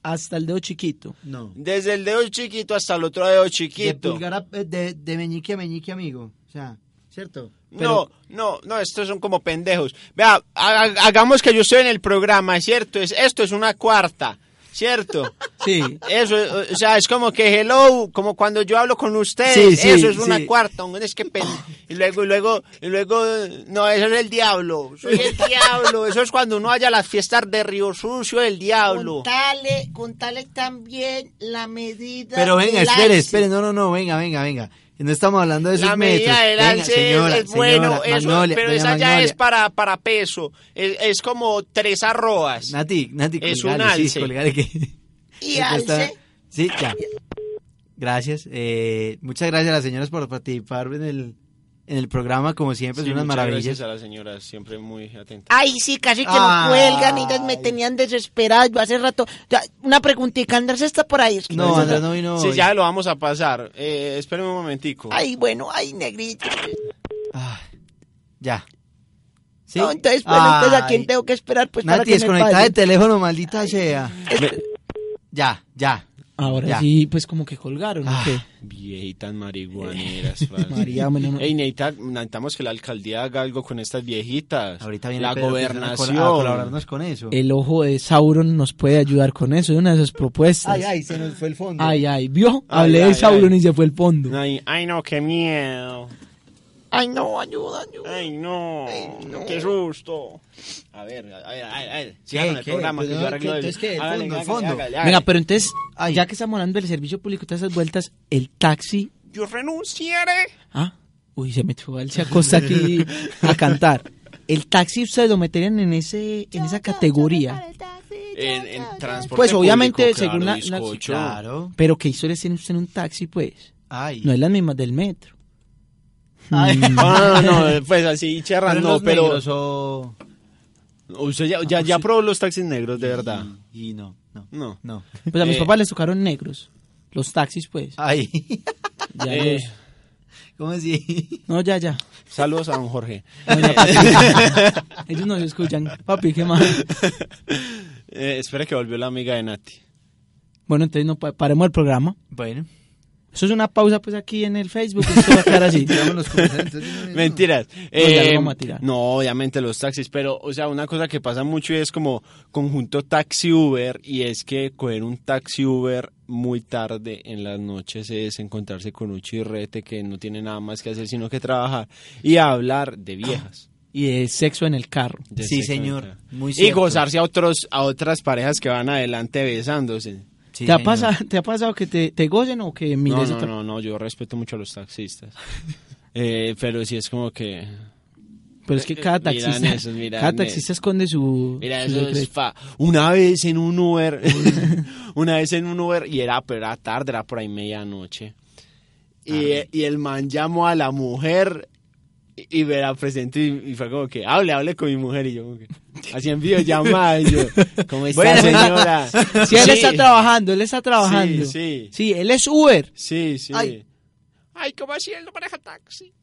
S2: hasta el dedo chiquito.
S4: No.
S3: Desde el dedo chiquito hasta el otro dedo
S4: De,
S3: chiquito.
S4: pulgar a- eh, de, de meñique a meñique, amigo. O sea, ¿cierto?
S3: No, no, no, estos son como pendejos. Vea, ha- ha- hagamos que yo estoy en el programa, ¿cierto? Es, esto es una cuarta, ¿cierto?
S2: Sí.
S3: Eso, eh, o sea, es como que hello, como cuando yo hablo con ustedes,
S4: Sí, sí,
S3: eso es una
S4: sí.
S3: cuarta, un- es que pen- y luego, y luego, y luego, eh, no, eso es el diablo, soy el diablo, eso es cuando uno haya las fiestas de Río Sucio, el diablo.
S8: Contale, contale también la medida.
S4: Pero venga,
S8: del
S4: espere,
S8: alce.
S4: espere, no, no, no, venga, venga, venga. No estamos hablando de esos
S3: La
S4: metros.
S3: medida del
S4: Venga,
S3: alce es-
S4: señora,
S3: es, bueno,
S4: señora,
S3: eso,
S4: Magnolia,
S3: pero
S4: doña
S3: esa ya
S4: Magnolia.
S3: es para, para peso. Es, es como tres arrobas.
S4: Nati, Nati,
S3: Es
S4: colgale,
S3: un
S4: sí,
S3: alce.
S4: colgale que-
S8: Y
S4: que está-
S8: alce.
S4: Sí, ya. Gracias. eh, muchas gracias a las señoras por participar en el, en el programa, como siempre,
S3: Sí,
S4: son pues, unas
S3: muchas
S4: maravillas.
S3: Gracias a la señora, siempre muy atenta.
S8: Ay, sí, casi que
S4: Ay.
S8: me cuelgan, ellas me tenían desesperada, yo hace rato, ya, una preguntita, Andrés está por ahí. Es que
S4: No, Andrés no vino.
S3: Sí,
S4: hoy.
S3: ya lo vamos a pasar. Eh, espérame un momentico.
S8: Ay, bueno, ay, negrito.
S4: Ah, ya. ¿Sí?
S8: No, entonces, bueno, entonces, ¿a
S4: Ay,
S8: quién tengo que esperar? Pues para
S4: Nati,
S8: que me
S4: desconectada de
S8: paguen?
S4: teléfono, maldita sea. Ya, ya.
S2: Ahora
S4: Ya.
S2: sí, pues como que colgaron. ¿o
S4: Ah.
S2: qué?
S3: Viejitas marihuaneras. Fran.
S2: María, bueno, no.
S3: Ey, necesita- necesitamos que la alcaldía haga algo con estas viejitas.
S4: Ahorita viene
S3: la
S4: Pedro Quijano
S3: gobernación.
S4: A colaborarnos con eso.
S2: El ojo de Sauron nos puede ayudar con eso, es una de esas propuestas.
S4: Ay, ay, se nos fue el fondo.
S2: Ay, ay, vio,
S3: Ay,
S2: hablé
S3: ay,
S2: de Sauron
S3: ay.
S2: y se fue el fondo.
S3: Ay, ay, no, qué miedo.
S8: Ay, no, ayuda, ayuda.
S3: Ay no, qué susto. A ver, a ver, a ver, a ver.
S4: ¿Qué,
S3: Sigan el
S4: qué?
S3: programa que
S4: Pero,
S3: yo arreglo
S4: ¿qué?
S3: el-
S4: Entonces, ¿qué? El
S3: Hágale,
S4: fondo, el
S3: hágale,
S4: fondo.
S3: hágale, hágale.
S2: Venga, pero entonces, ya que estamos hablando del servicio público y todas esas vueltas, el taxi.
S3: yo renunciaré.
S2: Ah, uy, se metió Alcia Acosta aquí a cantar. El taxi ustedes lo meterían en ese en esa categoría.
S3: En, en transporte
S2: Pues, obviamente,
S3: público,
S2: según
S3: claro,
S2: la- la-
S3: bizcocho.
S4: Claro.
S2: Pero qué historias tiene usted en un taxi, pues.
S4: Ay.
S2: No es las mismas del metro.
S4: Ay.
S3: Ah, no, pues así charras no,
S4: los
S3: pero
S4: negros o-
S3: usted ya, ya, ya probó los taxis negros, de verdad. Mm.
S4: Y, y no, no,
S3: No.
S4: no.
S2: Pues a mis
S3: Eh.
S2: papás les tocaron negros. Los taxis, pues.
S4: Ay.
S2: Ya
S3: Eh,
S2: los-
S4: ¿Cómo así?
S2: No, ya, ya.
S3: Saludos a don Jorge.
S2: No, ya, papi. Ellos nos escuchan. Papi, qué mal.
S3: Eh, espera que volvió la amiga de Nati.
S2: Bueno, entonces no pa- paremos el programa.
S4: Bueno.
S2: Eso es una pausa, pues, aquí en el Facebook. Esto va a quedar así.
S10: Tiramos los comerciales, entonces, de una vez, ¿no?
S3: Mentiras. Eh,
S2: ya lo vamos a tirar.
S3: No, obviamente los taxis, pero, o sea, una cosa que pasa mucho y es como conjunto taxi-Uber y es que coger un taxi-Uber muy tarde en las noches es encontrarse con un chirrete que no tiene nada más que hacer sino que trabajar y hablar de viejas.
S2: Y es sexo en el carro.
S3: de
S4: Sí,
S3: sexo en el
S4: señor.
S3: carro.
S4: Muy
S3: y
S4: cierto.
S3: gozarse a otros a otras parejas que van adelante besándose.
S4: Sí,
S2: ¿Te, ha
S4: señor.
S2: pasa- ¿Te ha pasado que te, te gocen o que
S3: No,
S2: mires
S3: no,
S2: otra-
S3: no, no, yo respeto mucho a los taxistas. Eh, pero sí es como que
S2: Pero es que cada
S3: Miran
S2: taxista,
S3: esos, miran
S2: cada taxista esconde su...
S3: Mira,
S2: su
S3: eso es
S2: secreto.
S3: fa. Una vez en un Uber, una vez en un Uber, y era, pero era tarde, era por ahí medianoche. Y, y el man llamó a la mujer y, y verá presente y, y fue como que, hable, hable con mi mujer. Y yo, como que, así en videollamada. Y yo, ¿cómo está,
S2: Bueno.
S3: señora?
S2: Sí, él está trabajando, él está trabajando.
S3: Sí, sí.
S2: Sí, él es Uber.
S3: Sí, sí.
S4: Ay.
S3: Ay, ¿cómo así? Él no maneja taxi.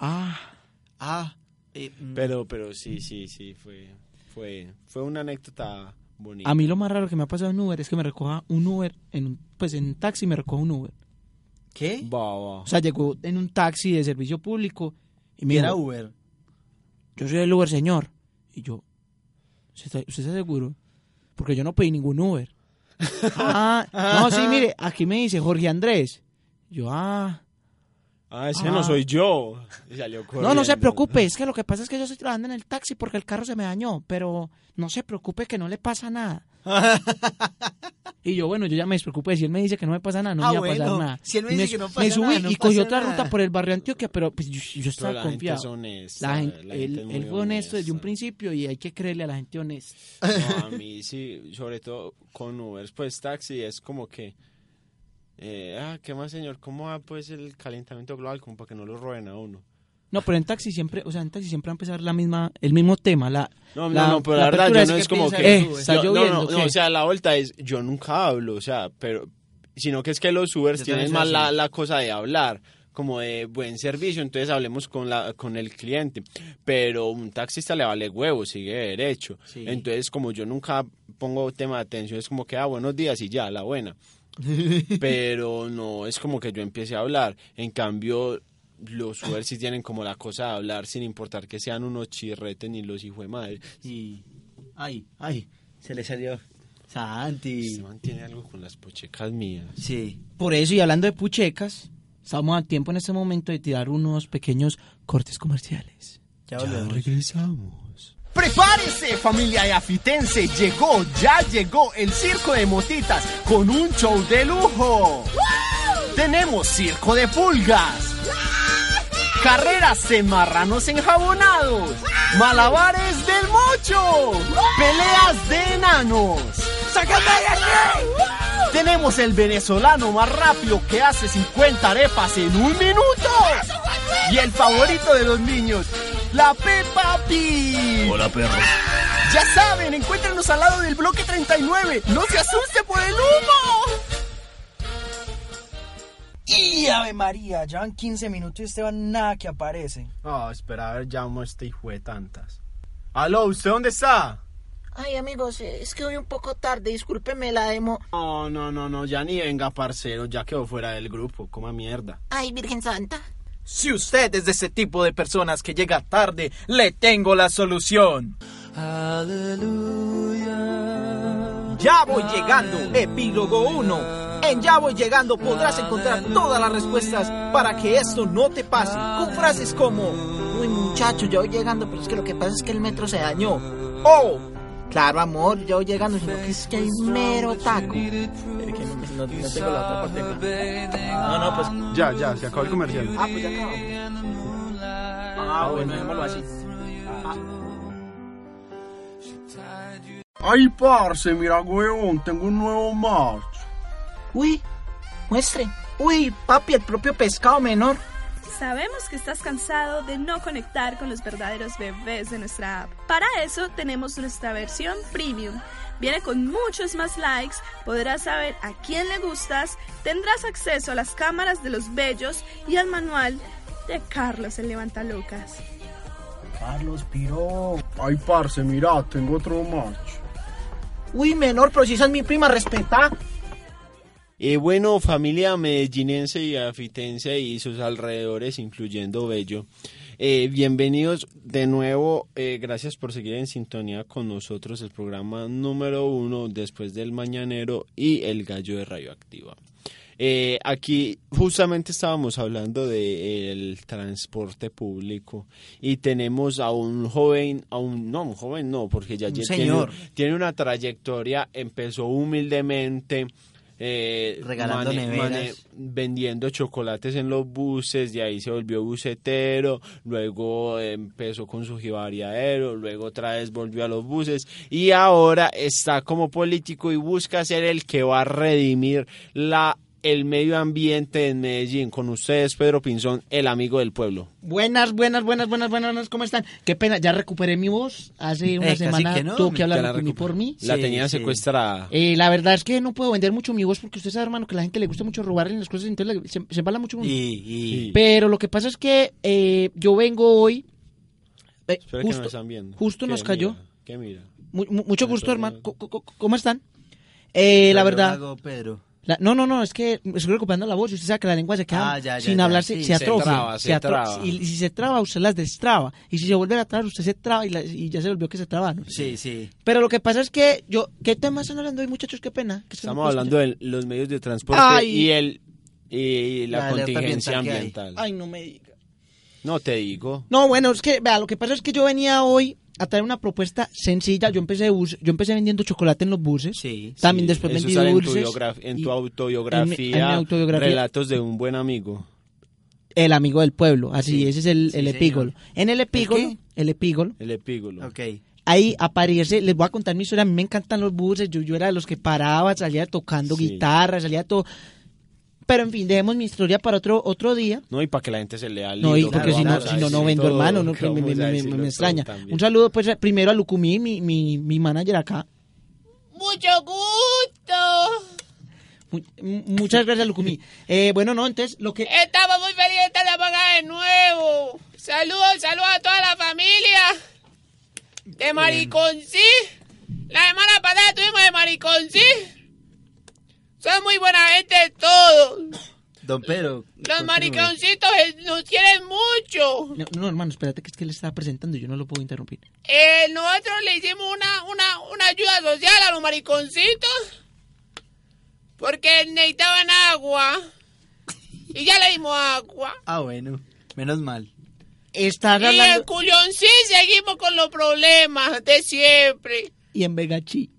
S2: Ah,
S4: Ah. eh, mm,
S3: Pero, pero sí, sí, sí, fue, fue, fue una anécdota bonita.
S2: a mí lo más raro que me ha pasado en Uber es que me recoja un Uber, en un- pues en un taxi me recoja un Uber.
S4: ¿Qué?
S3: Va, va.
S2: O sea, llegó en un taxi de servicio público y me
S4: Era
S2: dijo,
S4: Uber.
S2: yo soy el Uber, señor. Y yo, ¿usted está, usted está seguro? Porque yo no pedí ningún Uber. ah, no, sí, mire, aquí me dice Jorge Andrés. Yo, ah...
S3: Ah, ese
S2: Ah.
S3: no soy yo. Y salió
S4: Pues
S2: No, no se
S3: corriendo.
S2: preocupe, es que lo que pasa es que yo estoy trabajando en el taxi porque el carro se me dañó, pero no se preocupe que no le pasa nada. y yo, bueno, yo ya me despreocupé, si él me dice que no me pasa nada, no
S4: Ah,
S2: me va a
S4: bueno,
S2: pasar nada.
S4: si él me
S2: Y
S4: dice que no
S2: me
S4: pasa
S2: subí
S4: nada, no
S2: y cogí
S4: pasa
S2: otra
S4: nada.
S2: ruta por el barrio Antioquia, pero pues yo, yo
S3: Pero
S2: estaba
S3: la
S2: confiado.
S3: gente es honesta.
S2: la gente,
S3: la
S2: él,
S3: gente es muy
S2: él fue honesto desde un
S3: honesta.
S2: principio y hay que creerle a la gente honesta.
S3: No, a mí sí, sobre todo con Uber, pues taxi es como que... eh, ah, ¿qué más, señor? ¿Cómo va pues el calentamiento global? Como para que no lo roben a uno.
S2: No, pero en taxi siempre, o sea, en taxi siempre va a empezar la misma, el mismo tema, la,
S3: No,
S2: La-
S3: no, no, pero
S2: la
S3: la, verdad
S2: apertura
S3: yo
S2: es
S3: no
S2: que
S3: es como
S2: piensa
S3: que...
S2: en- Eh, está
S3: yo- no,
S2: lloviendo,
S3: no, no,
S2: ¿qué?
S3: o sea, la vuelta es, yo nunca hablo, o sea, pero... Sino que es que los Ubers
S4: Yo
S3: tienen
S4: también
S3: más
S4: soy
S3: la,
S4: así.
S3: la cosa de hablar, como de buen servicio, entonces hablemos con, la, con el cliente. Pero un taxista le vale huevo, sigue derecho.
S4: Sí.
S3: Entonces, como yo nunca pongo tema de atención, es como que, ah, buenos días y ya, la buena. pero no es como que yo empiece a hablar. En cambio, los Uber sí tienen como la cosa de hablar sin importar que sean unos chirretes ni los hijos de madre.
S4: Y... Ay, ay. Se le salió. Santi.
S3: Se mantiene algo con las pochecas mías.
S4: Sí.
S2: Por eso, y hablando de puchecas, estamos a tiempo en este momento de tirar unos pequeños cortes comerciales.
S4: Ya volvemos.
S3: regresamos.
S11: Prepárese familia yafitense, llegó, ya llegó el Circo de Motitas con un show de lujo. Tenemos Circo de Pulgas, carreras de marranos enjabonados, malabares del mocho, peleas de enanos. ¡Sácame de aquí! Tenemos el venezolano más rápido que hace 50 arepas en un minuto. Y el favorito de los niños, la Peppa Pig. Ya saben, encuéntranos al lado del bloque 39. No se asuste por el humo.
S12: Y Ave María, ya van 15 minutos y Esteban nada que aparece.
S3: Ah, espera, a ver, llamo a este hijo de tantas. Aló, ¿usted dónde está?
S8: Ay, amigos, eh, es que voy un poco tarde, discúlpeme la demo.
S3: No, no, no, no, ya ni venga, parcero, ya quedó fuera del grupo, coma mierda.
S8: Ay, Virgen Santa.
S12: Si usted es de ese tipo de personas que llega tarde, le tengo la solución.
S11: Ya voy llegando. Epílogo 1.
S13: En Ya Voy Llegando podrás encontrar todas las respuestas para que esto no te pase. Con frases como, uy muchacho, ya voy llegando, pero es que lo que pasa es que el metro se dañó. O, claro amor, ya voy llegando, sino que es que hay mero taco. Pero que no, me- no- no tengo la otra parte. No, no, pues...
S14: Ya, ya, se acabó el comercial.
S13: Ah, pues ya acabó. Ah, bueno, dejémoslo así. Ah.
S14: Ay, parce, mira, huevón, tengo un nuevo match.
S13: Uy, muestre. Uy, papi, el propio pescado menor.
S7: Sabemos que estás cansado de no conectar con los verdaderos bebés de nuestra app. Para eso tenemos nuestra versión premium. Viene con muchos más likes, podrás saber a quién le gustas, tendrás acceso a las cámaras de los bellos y al manual de Carlos el Levantalucas.
S14: Carlos Piro. Ay, parce, mira, tengo otro match.
S13: Uy, menor, pero si esa es mi prima, respeta.
S3: Y bueno, familia medellinense y afitense y sus alrededores, incluyendo Bello. eh, bienvenidos de nuevo, eh, gracias por seguir en sintonía con nosotros, el programa número uno después del Mañanero y el Gallo de Radioactiva. Eh, aquí justamente estábamos hablando del transporte público y tenemos a un joven, a un, no, un joven no, porque ya
S4: Un
S3: lle-
S4: señor.
S3: Tiene, tiene una trayectoria, empezó humildemente. eh,
S4: Regalando neveras.
S3: vendiendo chocolates en los buses, de ahí se volvió busetero, luego empezó con su jibariadero, luego otra vez volvió a los buses y ahora está como político y busca ser el que va a redimir la el medio ambiente en Medellín. Con ustedes, Pedro Pinzón, el amigo del pueblo.
S2: Buenas, buenas, buenas, buenas, buenas, buenas, ¿cómo están? Qué pena, ya recuperé mi voz. Hace una
S3: Eh, casi
S2: semana
S3: que no,
S2: tuvo que
S3: ya
S2: hablar
S3: la
S2: por mí,
S3: recuperé.
S2: por mí.
S3: La
S2: Sí,
S3: tenía
S2: sí.
S3: secuestrada.
S2: Eh, la verdad es que no puedo vender mucho mi voz porque usted sabe, hermano, que a la gente le gusta mucho robarle las cosas, entonces le- se, se embala mucho. uno. Pero lo que pasa es que eh, yo vengo hoy. eh,
S3: Espera que no me están viendo.
S2: justo nos
S3: ¿Qué
S2: cayó.
S3: mira? ¿Qué mira?
S2: Mu- mu- mucho gusto, hermano. Co- co- co- ¿Cómo están? Eh, la
S4: Pedro
S2: verdad.
S4: Lago, Pedro.
S2: la- no, no, no, es que estoy recuperando la voz. y Usted sabe que la lengua se queda
S4: Ah, ya, ya,
S2: sin
S4: ya.
S2: hablar, se-
S4: Sí,
S2: se,
S4: se
S2: atrofia.
S4: traba, se
S2: atro-
S4: traba.
S2: Y, y si se traba, usted las destraba. Y si se vuelve a trabar, usted se traba y, la- y ya se volvió que se trabaron.
S4: Sí, sí.
S2: Pero lo que pasa es que yo. ¿Qué temas están hablando hoy, muchachos? Qué pena. que es que no
S3: Estamos
S2: puedo
S3: hablando de los medios de transporte
S2: Ay.
S3: y el y la,
S2: La alerta
S3: contingencia
S2: ambiental
S3: ambiental.
S2: escuchar. Ay, no me diga.
S3: No te digo.
S2: No, bueno, es que, vea, lo que pasa es que yo venía hoy a traer una propuesta sencilla. Yo empecé de bus- yo empecé vendiendo chocolate en los buses. También después
S3: Eso
S2: vendí
S3: sale en tu,
S2: dulces.
S3: biograf- en tu
S2: en mi-
S3: autobiografía,
S2: en mi autobiografía.
S3: Relatos de un buen amigo.
S2: El amigo del pueblo, así, ese es el, el
S3: señor.
S2: epígolo. En el epígolo,
S3: qué?
S2: ¿El, epígolo,
S3: El epígolo.
S2: ahí aparece, les voy a contar mi historia, a mí me encantan los buses, yo, yo era de los que paraba, salía tocando guitarra, salía todo. Pero en fin, dejemos mi historia para otro, otro día.
S3: No, y para que la gente se lea el
S2: No, y
S3: libro.
S2: porque si no,
S3: vamos a
S2: si no, no
S3: decir
S2: vendo,
S3: todo,
S2: hermano, no,
S3: que
S2: me, me-
S3: vamos a
S2: me- me-
S3: decirlo
S2: me
S3: todo
S2: extraña.
S3: también.
S2: Un saludo, pues, primero a Lucumí, mi, mi, mi manager acá.
S15: Mucho gusto.
S2: Mu- m- muchas gracias, Lucumí. Eh, bueno, no, entonces, lo que...
S15: Estamos muy felices de estar acá de nuevo. Saludos, saludos a toda la familia. De Maricón, sí. La semana pasada estuvimos de Maricón, sí. Son muy buena gente todos.
S4: Don Pedro.
S15: Los
S4: continúe.
S15: mariconcitos eh, nos quieren mucho.
S2: No, no, hermano, espérate, que es que él estaba presentando, yo no lo puedo interrumpir.
S15: Eh, nosotros le hicimos una, una, una ayuda social a los mariconcitos porque necesitaban agua y ya le dimos agua.
S4: Ah, bueno. Menos mal. Eh,
S2: Estás
S15: Y el
S2: hablando...
S15: culión sí seguimos con los problemas de siempre.
S2: Y en Vegachí.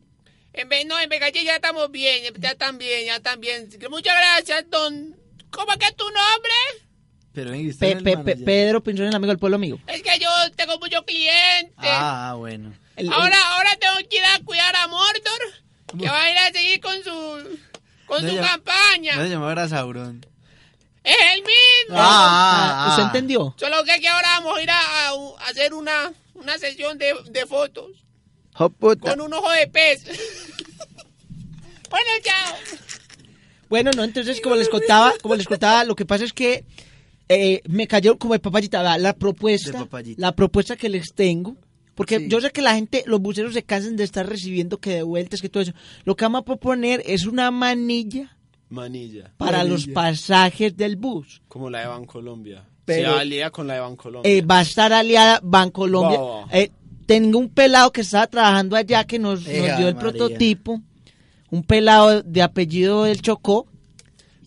S15: En vez, no, en Becachí ya estamos bien, ya están bien, ya están bien. Muchas gracias, don. ¿Cómo es que es tu nombre?
S4: Pero venga, usted
S2: Pe-
S4: era el
S2: pe- pe-
S4: manager.
S2: Pedro Pinzón, el amigo del pueblo amigo.
S15: Es que yo tengo muchos clientes.
S4: Ah, ah, bueno.
S15: ahora, ahora tengo que ir a cuidar a Mordor, que va a ir a seguir con su, con
S4: No,
S15: su
S4: ya-
S15: campaña.
S4: No se llamaba Sauron.
S15: Es el mismo.
S4: Ah, ah, ah.
S2: ¿Usted entendió?
S15: Solo que, que ahora vamos a ir a, a u- a hacer una, una sesión de, de fotos
S3: Oh,
S15: con un ojo de pez. bueno, chao.
S2: Bueno, no, entonces como les contaba, como les contaba, lo que pasa es que eh, me cayó como de papayita va, la
S4: De
S2: propuesta,
S4: papayita.
S2: la propuesta que les tengo, porque yo sé que la gente, los buceros se cansan de estar recibiendo que de vueltas, que todo eso. Lo que vamos a proponer es una manilla
S3: Manilla.
S2: para los pasajes del bus.
S3: Como la de Bancolombia.
S2: Pero-
S3: se alía con la de Bancolombia.
S2: Eh, va a estar aliada Bancolombia.
S3: Bobo.
S2: Eh, tengo un pelado que estaba trabajando allá que nos, nos
S4: Ea,
S2: dio el
S4: María.
S2: prototipo. Un pelado de apellido del Chocó.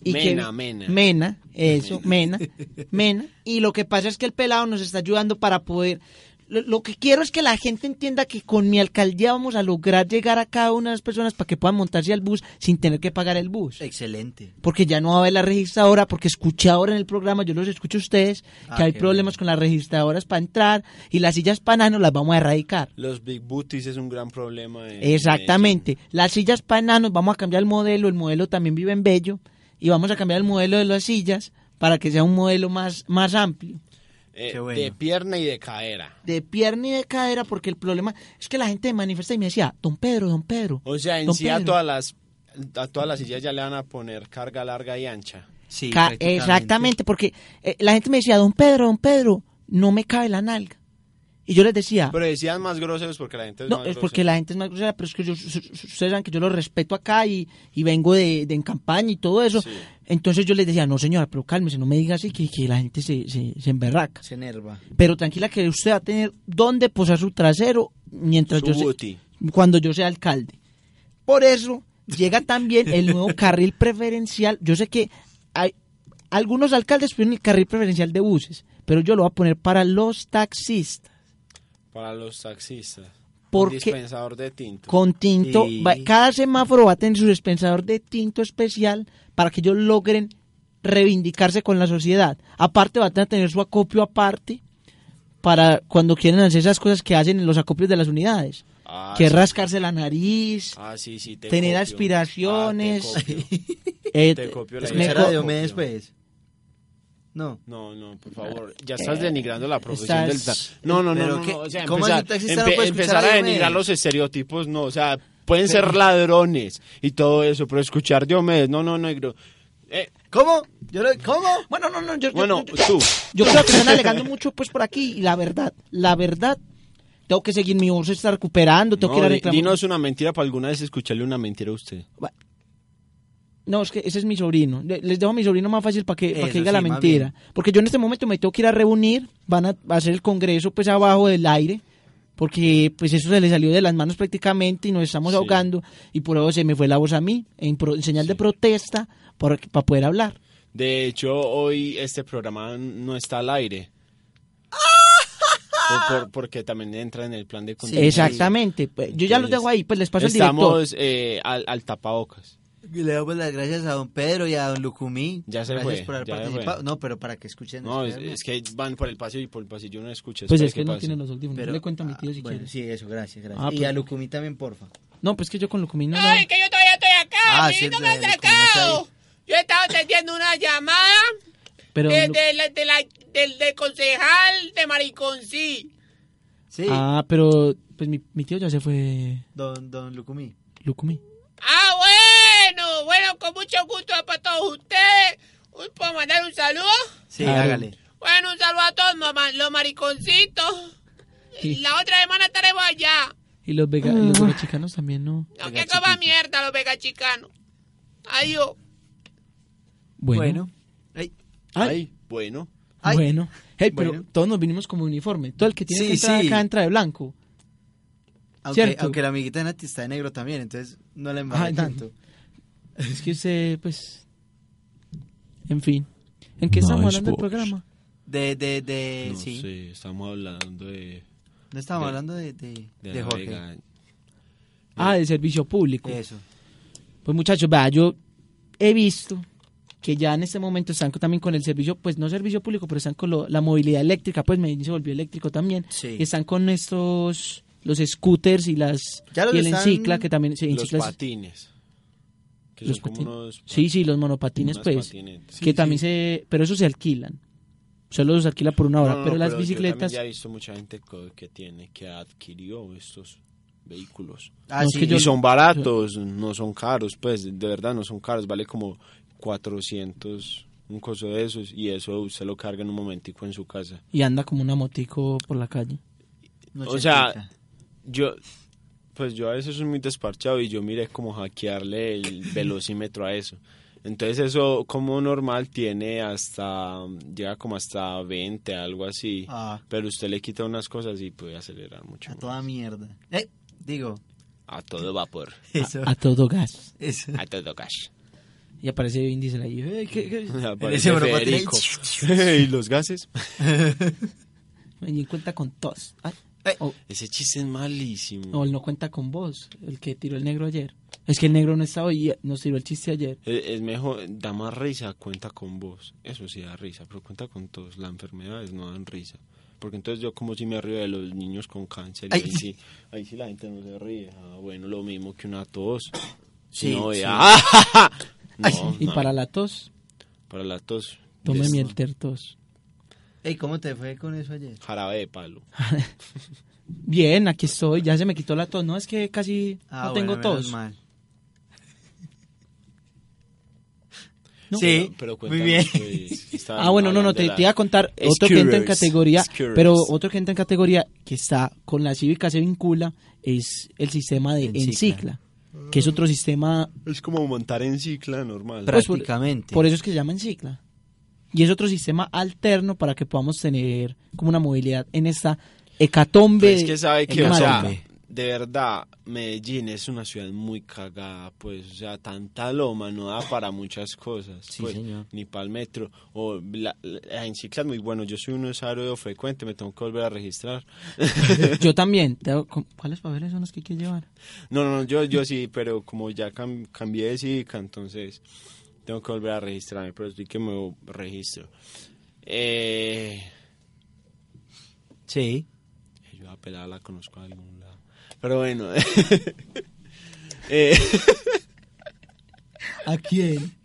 S2: y
S3: Mena,
S2: que-
S3: Mena.
S2: Mena, eso, Mena, Mena. Y lo que pasa es que el pelado nos está ayudando para poder... Lo, lo que quiero es que la gente entienda que con mi alcaldía vamos a lograr llegar a cada una de las personas para que puedan montarse al bus sin tener que pagar el bus.
S16: Excelente.
S2: Porque ya no va a haber la registradora, porque escuché ahora en el programa, yo los escucho a ustedes,
S16: Ah,
S2: que hay
S16: qué
S2: problemas con las registradoras para entrar y las sillas pananos las vamos a erradicar.
S3: Los Big Booties es un gran problema. en-
S2: Exactamente. Las sillas para enanos, vamos a cambiar el modelo. El modelo también vive en Bello. Y vamos a cambiar el modelo de las sillas para que sea un modelo más, más amplio.
S3: eh, De pierna y de cadera.
S2: De pierna y de cadera, porque el problema es que la gente me manifiesta y me decía, don Pedro, don Pedro.
S3: O sea, en
S2: Don
S3: Oh, sí a
S2: Pedro.
S3: todas las a todas las sillas ya le van a poner carga larga y ancha. Sí,
S2: Ca- Exactamente, porque eh, la gente me decía, don Pedro, don Pedro, no me cabe la nalga. Y yo les
S4: Ah.
S2: decía,
S3: Pero decían más groseros porque la gente es
S2: No,
S3: más
S2: es
S3: grosera.
S2: porque la gente es más grosera, pero es que yo, su- su- ustedes saben que yo lo respeto acá y, y vengo de, de en campaña y todo eso. Entonces yo les decía, no señora, pero cálmese, no me diga así que, que la gente se, se, se emberraca.
S16: Se enerva.
S2: Pero tranquila que usted va a tener dónde posar su trasero mientras
S16: Su
S2: yo sea-
S16: booty.
S2: cuando yo sea alcalde. Por eso llega también el nuevo carril preferencial. Yo sé que hay algunos alcaldes ponen el carril preferencial de buses, pero yo lo voy a poner para los taxistas.
S3: Para los taxistas.
S2: Porque-
S3: Un dispensador de tinto.
S2: con tinto. va- cada semáforo va a tener su dispensador de tinto especial para que ellos logren reivindicarse con la sociedad. Aparte, van a tener su acopio aparte para cuando quieren hacer esas cosas que hacen en los acopios de las unidades.
S3: Ah,
S2: que
S3: sí.
S2: rascarse la nariz,
S3: Ah, sí, sí, te
S2: tener
S3: copio.
S2: aspiraciones.
S3: Ah, te copio.
S2: Eh,
S3: Te copio la
S2: me
S3: idea.
S2: co-
S3: Escuchar a
S4: Diomedes, pues. No.
S3: No, no, por favor. Ya estás denigrando la profesión del
S4: Eh, estás-
S3: taxista. No, no, no.
S4: Pero
S3: no,
S4: qué-
S3: no, o sea,
S4: ¿cómo
S3: empezar,
S4: es un taxista no
S3: empe-
S4: puede escuchar
S3: empezar
S4: a
S3: a
S4: Diomedes?
S3: denigrar los estereotipos, no. O sea, pueden ser ladrones y todo eso, pero escuchar Diomedes, no, no, Eh, no. negro.
S4: ¿Cómo? Yo lo- ¿Cómo?
S2: Bueno, no, no, yo, yo-
S3: Bueno,
S2: yo-
S3: tú.
S2: Yo creo que están alegando mucho pues por aquí y la verdad, la verdad, tengo que seguir mi bolsa está recuperando, tengo que
S3: No,
S2: ir a
S3: di-
S2: reclamar.
S3: dinos una mentira para alguna vez escucharle una mentira a usted.
S2: No, es que ese es mi sobrino. Le- Les dejo a mi sobrino más fácil para que, para
S3: Eso
S2: que diga la
S3: sí, más
S2: mentira. Porque yo en este momento me tengo que ir a reunir, van a hacer el congreso pues abajo del aire, porque pues eso se le salió de las manos prácticamente y nos estamos ahogando y por eso se me fue la voz a mí, en, pro- en señal de protesta para, para poder hablar.
S3: De hecho, hoy este programa no está al aire. Por- por- porque también entra en el plan de contingencia.
S2: Exactamente. Pues, yo ya los dejo ahí, pues les paso el director.
S3: Estamos eh, al, al tapabocas.
S4: Y Le damos las gracias a don Pedro y a don Lucumí.
S3: Ya se
S4: gracias
S3: fue,
S4: por haber
S3: ya se
S4: participado.
S3: fue.
S4: No, pero para que escuchen.
S3: No, es,
S4: espérame.
S3: es que van por el pasillo y por el pasillo no escuchas.
S2: Pues
S3: espera
S2: es que no
S3: pase. ah,
S2: tiene los audífonos.
S4: Pero- ah,
S2: le cuento a mi tío si
S4: Bueno,
S2: quiere.
S4: sí, eso, gracias, gracias.
S2: Ah,
S4: y
S2: pues-
S4: a Lucumí también, porfa.
S2: No, pues que yo con Lucumí no...
S15: Ay, que yo todavía estoy acá,
S4: Ah,
S15: amiguito,
S4: cierto,
S15: que estoy
S4: de los
S15: acá. Yo estaba atendiendo una llamada
S2: Pero
S15: de,
S2: Lu-
S15: de la- de la- del, del concejal de Mariconcí.
S2: Ah, pero pues mi, mi tío ya se fue,
S4: Don, don Lucumí.
S2: Lucumí.
S15: Ah, bueno, bueno, con mucho gusto para todos ustedes. Un- ¿Puedo mandar un saludo?
S4: Sí,
S2: Claro.
S4: hágale.
S15: Bueno, un saludo a todos mamá- los mariconcitos.
S2: Sí.
S15: La otra semana estaremos allá.
S1: Y los, vega, y los vegachicanos también, ¿no?
S15: No, que coma mierda los vegachicanos. Adiós.
S1: Bueno.
S3: Ay, bueno.
S1: Bueno. Hey, pero
S4: Bueno.
S1: todos nos vinimos como uniforme. Todo el que tiene
S4: Sí,
S1: que entrar
S4: sí.
S1: acá entra de blanco.
S4: Aunque,
S1: Cierto.
S4: aunque la amiguita de Nati está de negro también, entonces no la
S1: Ah,
S4: embarré
S1: no.
S4: tanto.
S1: Es que usted, pues. En fin. ¿En qué estamos hablando del programa?
S4: De, de,
S2: Eh,
S4: de,
S3: No
S4: sí.
S3: sé, estamos hablando de...
S4: No estábamos
S3: de-
S4: hablando de, de,
S3: de
S4: de
S3: la
S4: Jorge.
S3: vega-
S1: Ah, de servicio público.
S4: Eso.
S1: Pues muchachos, vea, yo he visto que ya en este momento están co- también con el servicio, pues no servicio público, pero están con lo- la movilidad eléctrica, pues Medellín se volvió eléctrico también.
S4: Sí.
S1: Y están con estos, los scooters y las,
S4: Ya los
S1: y el
S4: están-
S1: encicla, que también, sí,
S3: Los
S1: encicla es-
S3: patines. Que
S1: los
S3: son como
S1: patin-
S3: unos...
S1: Sí, sí, los monopatines,
S3: unas
S1: pues.
S3: patinetas.
S1: que
S3: Sí,
S1: también se, pero esos se alquilan. Solo los alquila por una hora,
S3: No, no,
S1: pero las
S3: yo
S1: bicicletas,
S3: también ya he visto mucha gente co- que tiene, que adquirió estos vehículos.
S4: Ah, No, es sí. que yo-
S3: y son baratos, no son caros, pues de verdad no son caros, vale como 400 un coso de esos y eso usted lo carga en un momentico en su casa.
S1: y anda como una motico por la calle.
S3: O sea, yo pues yo a veces soy muy desparchado y yo miré como hackearle el velocímetro a eso. Entonces eso como normal tiene hasta llega como hasta 20 algo así,
S4: Ah.
S3: pero usted le quita unas cosas y puede acelerar mucho.
S4: A toda mierda. Eh, digo,
S3: A todo vapor.
S4: eso.
S3: ah,
S1: A todo gas.
S4: Eso.
S3: A todo cash.
S2: Y aparece Vin Diesel ahí. "Ey, ¿qué- qué-?"
S3: Aparece Federico. ¿Y los gases?
S2: Me di cuenta con todos. Ay, o-
S3: Ese chiste es malísimo.
S2: O él no cuenta con vos, el que tiró el negro ayer. Es que el negro no está hoy y nos tiró el chiste ayer.
S3: Es, es mejor, da más risa, cuenta con vos. Eso sí da risa, pero cuenta con todos. Las enfermedades no dan risa. Porque entonces yo como si me río de los niños con cáncer. y
S12: Ay.
S3: ahí, sí, ahí sí la gente no se ríe. Ah, bueno, lo mismo que una tos.
S12: Sí,
S3: No,
S12: sí.
S3: ya.
S2: Ay,
S3: No,
S2: y
S3: no.
S2: para la tos,
S3: Para la tos.
S2: tome
S3: des-
S2: miel tertos.
S4: Ey, ¿cómo te fue con eso ayer?
S3: Jarabe de palo.
S2: Bien, aquí estoy, ya se me quitó la tos. No, es que casi
S4: Ah,
S2: no tengo tos. No.
S4: Sí,
S3: Pero
S4: muy
S3: cuéntame,
S4: bien.
S3: pues, estaban
S2: Ah, bueno, no, no,
S3: hablando de
S2: te,
S3: la-
S2: te iba a contar otro que
S3: Scooters,
S2: entra en categoría,
S3: scooters.
S2: pero otro que entra en categoría que está con la cívica se vincula es el sistema de
S4: Encicla.
S2: encicla, que es otro sistema
S3: Es como montar en cicla normal.
S2: Pues, por-
S4: Prácticamente.
S2: Por eso es que se llama encicla. Y es otro sistema alterno para que podamos tener como una movilidad en esta hecatombe.
S3: Pero es que sabe que, o sea,
S2: hecatombe.
S3: de verdad, Medellín es una ciudad muy cagada, pues, o sea, tanta loma no da para muchas cosas,
S4: Sí,
S3: pues,
S4: señor.
S3: ni para el metro, o la, la encicla es muy bueno, yo soy un usuario frecuente, me tengo que volver a registrar.
S2: Yo también. tengo- ¿cu- ¿Cuáles papeles son los que hay que llevar?
S3: no, no, no, yo, yo sí, pero como ya cam- cambié de cívica, entonces tengo que volver a registrarme, pero sí que me registro. Eh...
S4: Sí.
S3: Yo a pelada la conozco de algún lado. Pero bueno. eh,
S2: ¿A quién?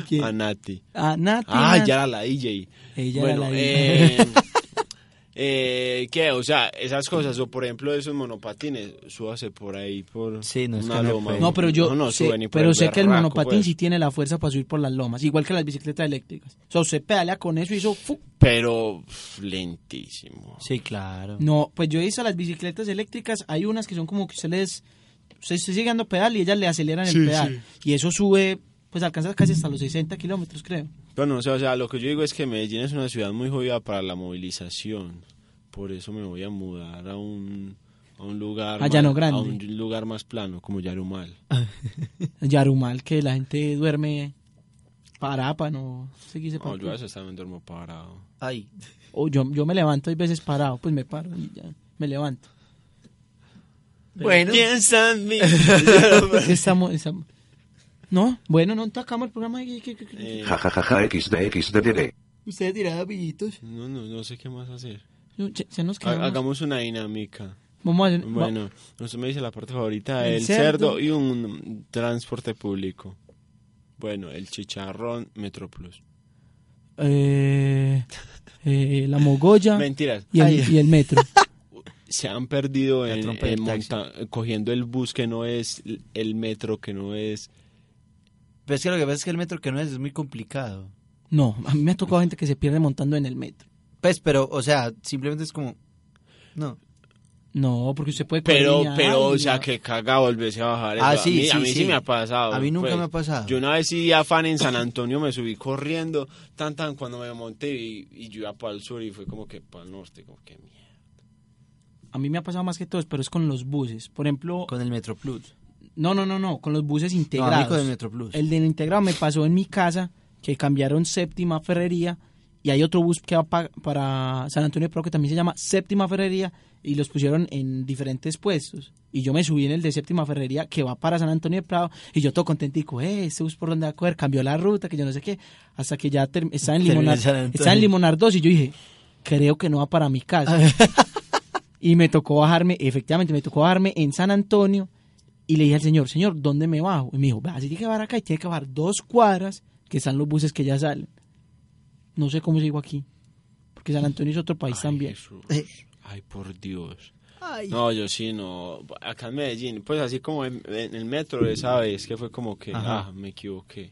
S2: ¿A quién?
S3: a Nati.
S2: A Nati,
S3: Ah,
S2: Nat-
S3: ya era la DJ.
S2: Ella
S3: bueno,
S2: era la
S3: eh,
S2: DJ.
S3: eh, ¿qué? O sea, esas cosas, o por ejemplo esos monopatines, súbase por ahí por
S4: Sí, no, es
S3: una
S4: que no
S3: loma.
S4: puede.
S2: No, pero yo
S3: No, no,
S2: sé,
S3: sube ni por
S2: pero
S3: el
S2: sé que el
S3: berraco,
S2: monopatín
S3: pues.
S2: sí tiene la fuerza para subir por las lomas, igual que las bicicletas eléctricas. O sea, usted pedalea con eso y hizo... ¡fu!
S3: Pero pff, lentísimo.
S4: Sí, claro.
S2: No, pues yo he visto las bicicletas eléctricas, hay unas que son como que usted les... Usted está llegando pedal y ellas le aceleran el pedal. Y eso sube, pues alcanza casi hasta los 60 kilómetros, creo.
S3: Bueno, o sea, o sea, lo que yo digo es que Medellín es una ciudad muy jodida para la movilización. Por eso me voy a mudar a un, a un lugar
S2: A Llano
S3: más-
S2: Grande.
S3: a un lugar más plano, como Yarumal.
S2: Yarumal, que la gente duerme parada para no seguirse
S3: No,
S2: para
S3: yo a veces también duermo parado.
S4: Ay.
S2: O yo, yo me levanto, hay veces parado, pues me paro y ya, me levanto.
S4: Bueno.
S3: Piensa en mí.
S2: estamos, estamos- No, bueno, no, entonces acabamos el programa. y- que- que- que-
S3: Eh,
S17: Jajajaja XDXDDD.
S4: Ustedes dirán, amiguitos.
S3: no, no, no sé qué más hacer.
S2: se- se nos
S3: Ha-
S2: quedamos.
S3: Hagamos una dinámica.
S2: Vamos a hacer- va-
S3: Bueno, usted me dice la parte favorita
S2: El
S3: del
S2: cerdo.
S3: cerdo. y un transporte público. Bueno, el chicharrón Metroplus.
S2: eh, eh, la mogolla
S3: Mentiras.
S2: y el,
S3: Ay,
S2: y el metro.
S3: Se han perdido en,
S4: trompa del
S3: en
S4: taxi.
S3: monta- cogiendo el bus que no es, l- el metro que no es.
S4: Pero es que lo que pasa es que el metro que no es es muy complicado.
S2: No, a mí me ha tocado gente que se pierde montando en el metro.
S4: Pues, pero, o sea, simplemente es como. No.
S2: No, porque usted puede
S3: Pero,
S2: caminar
S3: pero, o
S2: y
S3: sea,
S2: ya.
S3: que caga volverse a bajar.
S4: Ah,
S3: eso.
S4: sí,
S3: a mí, a
S4: sí,
S3: mí sí.
S4: sí.
S3: me ha pasado.
S4: A mí nunca
S3: pues.
S4: me ha pasasado.
S3: Yo una vez sí a fan en San Antonio me subí corriendo, tan tan cuando me monté y, y yo iba para el sur y fue como que para el norte, como que mierda.
S2: A mí me ha pasado más que todos, pero es con los buses. Por ejemplo,
S4: Con el Metro Plus.
S2: no, no, no, no, con los buses
S4: No, a mí
S2: integrados.
S4: con el Metro Plus.
S2: El del integrado me pasó en mi casa, que cambiaron séptima ferrería, y hay otro bus que va pa- para San Antonio de Pro que también se llama séptima ferrería, y los pusieron en diferentes puestos. Y yo me subí en el de séptima ferrería que va para San Antonio de Prado y yo todo contentico, eh, este bus por dónde va a coger, cambió la ruta, que yo no sé qué, hasta que ya term- estaba en
S4: Terminó en
S2: Limonar,
S4: San Antonio.
S2: estaba en Limonar 2 y yo dije, creo que no va para mi casa. y me tocó bajarme, efectivamente, me tocó bajarme en San Antonio y le dije al señor, señor, ¿dónde me bajo? Y me dijo, así tiene que bajar acá y tiene que bajar dos cuadras que están los buses que ya salen. No sé cómo sigo aquí, porque San Antonio es otro país
S3: Ay,
S2: también.
S3: Jesús. Ay, por Dios. No, yo sí, no. Acá en Medellín, pues así como en, en el metro de esa vez que fue como que,
S4: Ajá.
S3: ah, me equivoqué.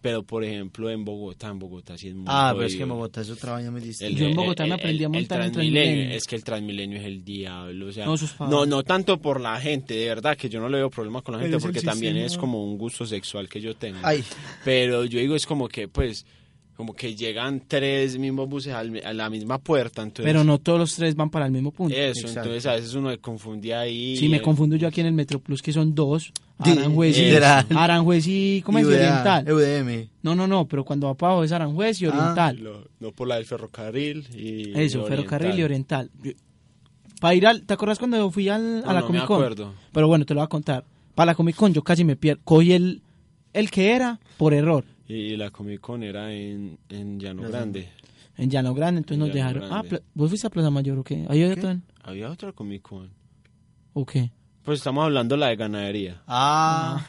S3: Pero por ejemplo en Bogotá, en Bogotá sí es muy
S4: Ah,
S2: pues
S4: pero es que
S3: jodido.
S4: en Bogotá es otra vaina muy distinta.
S3: El-
S2: Yo en
S3: el-
S2: Bogotá me
S3: el-
S2: aprendí a
S3: el- el
S2: montar en Transmilenio.
S3: Es que el Transmilenio es el diablo. o sea,
S2: No, eso es
S3: no,
S2: favor.
S3: no tanto por la gente, de verdad que yo no le veo problema con la gente porque también es como un gusto sexual que yo tengo.
S4: Ay.
S3: Pero yo digo, es como que, pues, Como que llegan tres mismos buses al- a la misma puerta. Entonces,
S2: Pero no todos los tres van para el mismo punto.
S3: Eso, entonces a veces uno se confundía ahí.
S2: Sí, me
S3: eh,
S2: confundo yo aquí en el Metroplus, que son dos.
S3: Sí,
S2: Aranjuez y,
S3: literal.
S2: Aranjuez y, ¿cómo es? Y
S3: UDA,
S2: Oriental. No, no, no, pero cuando va para abajo es Aranjuez y
S3: Ah,
S2: Oriental.
S3: lo- no por la del ferrocarril y.
S2: Eso,
S3: y
S2: ferrocarril y Oriental. Yo- Para ir al, ¿te acuerdas cuando fui al,
S3: No,
S2: a la
S3: no me
S2: Comic Con?
S3: acuerdo.
S2: Pero bueno, te lo voy a contar. Para la Comic Con yo casi me pierdo. Cogí el, el que era por error
S3: Y la Comic Con era en, en Llano
S2: Llano.
S3: Grande.
S2: en Llano Grande, entonces
S3: En
S2: nos
S3: Llano
S2: dejaron. Ah,
S3: Grande.
S2: Pla- vos fuiste a Plaza Mayor o qué? Ahí había todo en-
S3: Había otra Comic Con.
S2: ¿O qué?
S3: Pues estamos hablando de la de ganadería.
S4: Ah.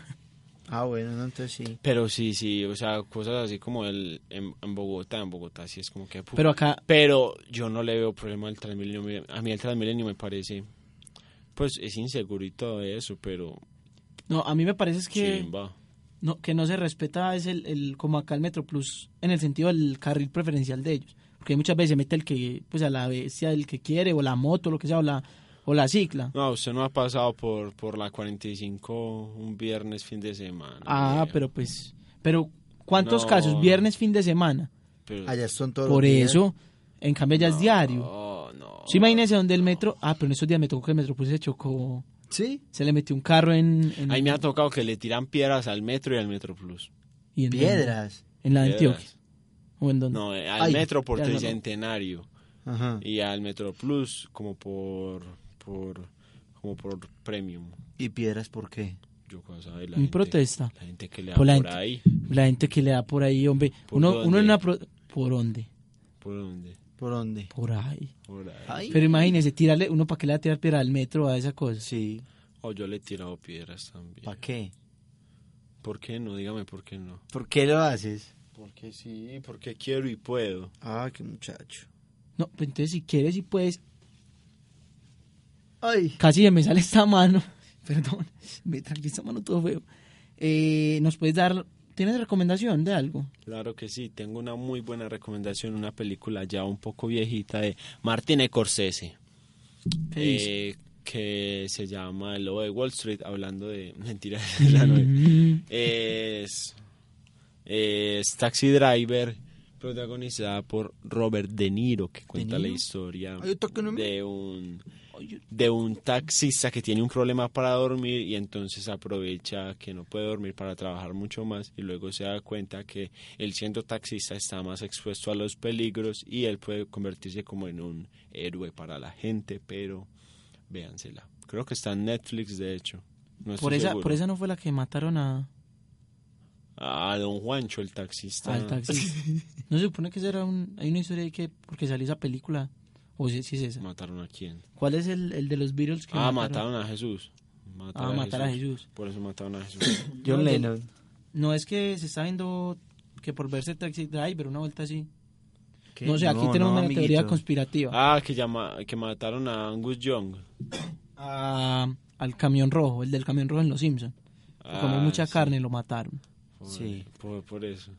S4: Ah, bueno, no, entonces sí.
S3: Pero sí, sí, o sea, cosas así como el en, en Bogotá, en Bogotá sí es como que... pu-
S2: Pero acá-
S3: Pero yo no le veo problema al Transmilenio, me- a mí el Transmilenio me parece... Pues es inseguro y todo eso, pero...
S2: No, a mí me parece es que...
S3: chimba.
S2: no, que no se respeta es el, el como acá el Metroplus en el sentido del carril preferencial de ellos porque muchas veces se mete el que pues a la bestia el que quiere o la moto lo que sea o la o la cicla
S3: No, usted no ha pasado por, por la 45 un viernes fin de semana.
S2: ah
S3: eh,
S2: pero pues pero cuántos
S3: No.
S2: casos viernes fin de semana
S3: pero-
S18: Allá son todos
S2: por
S18: los días.
S2: eso en cambio ya es diario no
S3: oh, no
S2: sí imagínese donde el metro ah pero en estos días me tocó que el Metroplus se chocó
S18: sí
S2: se le metió un carro en, en-
S3: Ahí me ha tocado que le tiran piedras al metro y al Metro Plus.
S2: y en-
S18: Piedras.
S2: en la de
S3: Piedras.
S2: Antioquia o en donde
S3: No, eh, al
S2: Ay,
S3: metro por
S2: ya no, no.
S3: Tricentenario.
S18: Ajá.
S3: Y al Metro Plus como por, por, como por Premium.
S18: ¿Y piedras por qué?
S3: Yo qué sé, la
S2: Mi
S3: gente-
S2: protesta.
S3: La gente que le da
S2: Por
S3: por,
S2: la gente-
S3: ahí.
S2: La gente que le da por ahí, hombre.
S3: ¿Por
S2: Uno,
S3: dónde?
S2: uno en una pro- ¿Por dónde?
S3: ¿Por dónde?
S18: ¿Por dónde?
S2: Por ahí.
S3: Por ahí.
S2: Pero imagínese, tirarle, uno para qué le va a tirar piedra al metro a esa cosa.
S18: Sí.
S3: O yo le he tirado piedras también.
S18: ¿Para qué?
S3: ¿Por qué no? Dígame por qué no.
S18: ¿Por qué lo haces?
S3: Porque sí, porque quiero y puedo.
S18: Ah, qué muchacho.
S2: No, pues entonces si quieres y puedes.
S18: Ay.
S2: Casi se me sale esta mano. Perdón, me tragué esta mano todo feo. Eh, ¿Nos puedes dar. ¿Tienes recomendación de algo?
S3: Claro que sí, tengo una muy buena recomendación, una película ya un poco viejita de Martin Scorsese.
S2: ¿Qué dice?
S3: Eh, que se llama El Lobo de Wall Street, hablando de mentiras. la novela. es, es Taxi Driver, protagonizada por Robert De Niro, que cuenta la
S18: Niro?
S3: historia
S18: Ay, ¿esto qué no me-
S3: de un de un taxista que tiene un problema para dormir y entonces aprovecha que no puede dormir para trabajar mucho más y luego se da cuenta que él siendo taxista está más expuesto a los peligros y él puede convertirse como en un héroe para la gente, pero véansela. Creo que está en Netflix de hecho. No estoy
S2: por, esa,
S3: seguro.
S2: por esa no fue la que mataron a,
S3: A Ah, Don Juancho, el taxista.
S2: al taxista. ¿No se supone que esa era un, hay una historia ahí que. Porque salió esa película. O si si es esa.
S3: ¿Mataron a quién?
S2: ¿Cuál es el, el de los Beatles que
S3: Ah, mataron a Jesús. Matar
S2: Ah, matar a Jesús.
S3: Por eso mataron a Jesús.
S2: No, No es que se está viendo que por verse Taxi Driver, una vuelta así.
S3: ¿Qué?
S2: No sé, aquí
S3: No,
S2: tenemos
S3: no,
S2: una
S3: amiguito.
S2: teoría conspirativa.
S3: Ah, que, llama, que mataron a Angus Young.
S2: Ah, al camión rojo, el del camión rojo en Los Simpsons.
S3: Ah,
S2: comió mucha
S3: sí.
S2: carne y lo mataron.
S3: Por, Por, por eso.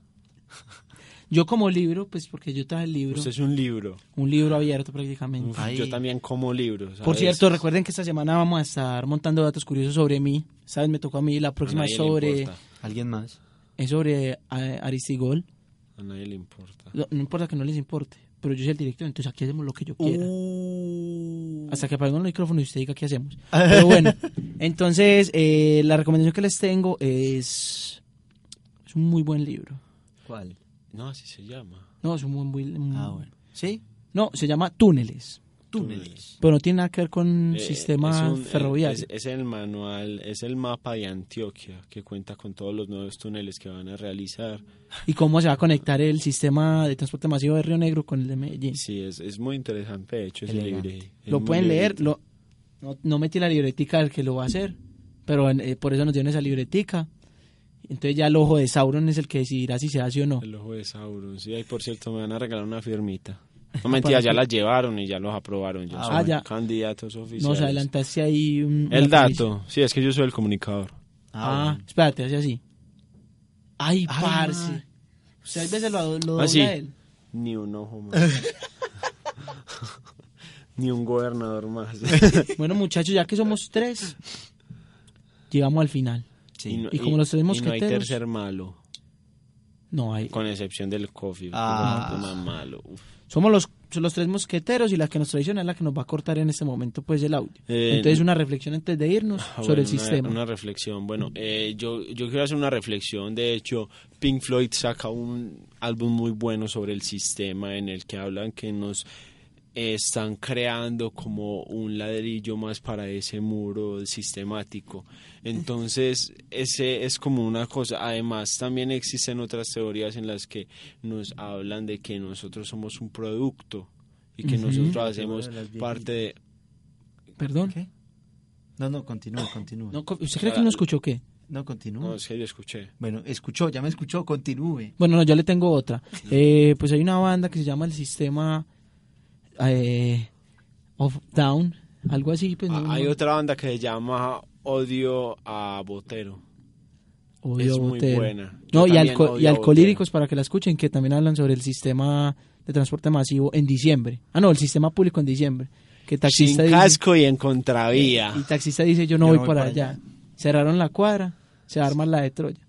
S2: Yo como libro, pues porque yo traje el libro.
S3: Usted es un libro.
S2: Un libro abierto prácticamente.
S3: Uf, yo también como libros.
S2: Por
S3: ¿sabes?
S2: cierto, recuerden que esta semana vamos a estar montando datos curiosos sobre mí. Sabes, me tocó a mí. La próxima es
S3: nadie le
S2: sobre...
S3: importa.
S18: ¿Alguien más?
S2: Es sobre eh, Aristigol.
S3: A nadie le importa.
S2: No, no importa que no les importe, pero yo soy el director, entonces aquí hacemos lo que yo quiera.
S3: Uh.
S2: Hasta que apaguen el micrófono y usted diga qué hacemos. Pero bueno, entonces eh, la recomendación que les tengo es... Es un muy buen libro.
S18: ¿Cuál?
S3: No, así se llama.
S2: No, es un buen... buen- un-
S18: Ah, bueno. ¿Sí?
S2: No, se llama Túneles.
S18: Túneles.
S2: Pero no tiene nada que ver con
S3: Eh, es
S2: sistema
S3: un-
S2: ferroviario.
S3: Es, es el manual, es el mapa de Antioquia que cuenta con todos los nuevos túneles que van a realizar.
S2: ¿Y cómo se va a conectar el sistema de transporte masivo de Río Negro con el de Medellín?
S3: Sí, es, es muy interesante, de hecho, ese
S2: Elegante.
S3: libro. Es
S2: Lo
S3: muy
S2: pueden leer.
S3: librito.
S2: Lo, no, no metí la libretica del que lo va a hacer, pero en- eh, por eso nos dieron esa libretica. Entonces ya el ojo de Sauron es el que decidirá si se hace o no.
S3: El ojo de Sauron. Sí, ahí por cierto me van a regalar una firmita. No mentira, ya las llevaron y ya los aprobaron. Ya
S2: Ah,
S3: son
S2: ah, ya.
S3: candidatos oficiales.
S2: Nos adelantaste ahí un- una
S3: El
S2: primicia.
S3: dato. Sí, es que yo soy el comunicador.
S2: Ah, espérate, hace así. Ay, parce.
S3: ma.
S2: Usted a veces
S3: Ah,
S2: lo, lo dobla
S3: Así.
S2: él.
S3: Ni un ojo más. Ni un gobernador más.
S2: Bueno, muchachos, ya que somos tres, llegamos al final.
S3: no-
S2: y como los tres
S3: y no hay
S2: mosqueteros,
S3: tercer malo.
S2: No hay.
S3: Con excepción del coffee.
S2: Ah.
S3: porque es más malo. Uf.
S2: Somos los, los tres mosqueteros y la que nos traiciona es la que nos va a cortar en este momento pues el audio.
S3: Eh,
S2: Entonces una reflexión antes de irnos
S3: Ah,
S2: sobre
S3: bueno,
S2: el
S3: una-
S2: sistema.
S3: Una, reflexión. Bueno, eh, yo, yo quiero hacer una reflexión. De hecho, Pink Floyd saca un álbum muy bueno sobre el sistema en el que hablan que nos están creando como un ladrillo más para ese muro sistemático. Entonces, ese es como una cosa. Además, también existen otras teorías en las que nos hablan de que nosotros somos un producto y que
S2: Ujú.
S3: nosotros hacemos parte de...
S2: Perdón.
S4: No, no, continúa, continúa.
S2: No, co- ¿Usted cree que no escuchó o qué?
S4: No, continúa.
S3: No, es que yo escuché.
S4: Bueno, escuchó, ya me escuchó, continúe.
S2: Bueno, no, yo le tengo otra. Eh, pues hay una banda que se llama el sistema eh, of Down, algo así. Pues,
S3: Ah,
S2: no-
S3: Hay
S2: no-
S3: otra banda que se llama Odio a Botero.
S2: Odio
S3: es muy
S2: Botero.
S3: buena. Yo
S2: No, y,
S3: también
S2: alco-
S3: odio
S2: y
S3: a
S2: alcolíricos para que la escuchen, que también hablan sobre el sistema de transporte masivo en diciembre. Ah, no, el sistema público en diciembre. Que
S3: Sin
S2: taxista dice, Eh,
S3: casco y en contravía.
S2: y taxista dice yo no voy para, allá. Cerraron la cuadra, se arma la de Troya.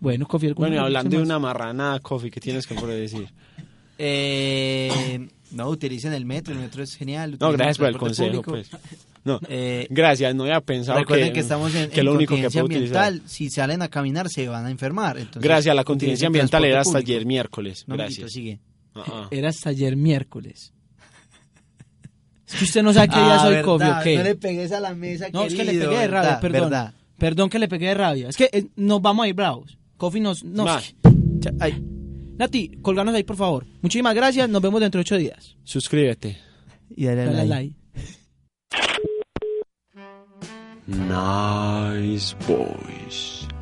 S2: Bueno, confío
S3: Bueno, y hablando de una marranada, Coffee, ¿qué tienes que por decir?
S4: Eh, no, utilicen el metro, el metro es genial.
S3: No,
S4: utilicen
S3: gracias por el
S4: transporte
S3: consejo,
S4: público.
S3: pues. No,
S4: Eh,
S3: gracias, no había pensado
S4: Recuerden que,
S3: que,
S4: estamos en,
S3: que
S4: en
S3: lo único que
S4: contingencia
S3: puedo utilizar.
S4: ambiental. Si salen a caminar, se van a enfermar. Entonces,
S3: Gracias, la contingencia
S4: utilicen
S3: ambiental
S4: transporte
S3: era hasta
S4: público.
S3: ayer miércoles.
S4: No, Eh, amiguito,
S3: gracias.
S4: sigue.
S3: Ah, ah.
S2: Era hasta ayer miércoles. Es que usted no sabe qué día
S4: Ah,
S2: soy
S4: verdad,
S2: Coffee, ¿o qué?
S4: No le pegues a la mesa,
S2: No, es que le
S4: querido,
S2: pegué de rabia,
S4: verdad,
S2: perdón.
S4: verdad.
S2: Perdón que le pegué de rabia. Es que eh, nos vamos a ir bravos. Coffee nos... nos-
S3: Ma.
S2: Cha- ay. Nati, colganos ahí, por favor. Muchísimas gracias. Nos vemos dentro de ocho días.
S3: Suscríbete.
S4: Y dale,
S2: Dale
S4: like.
S2: like.
S1: Nice boys.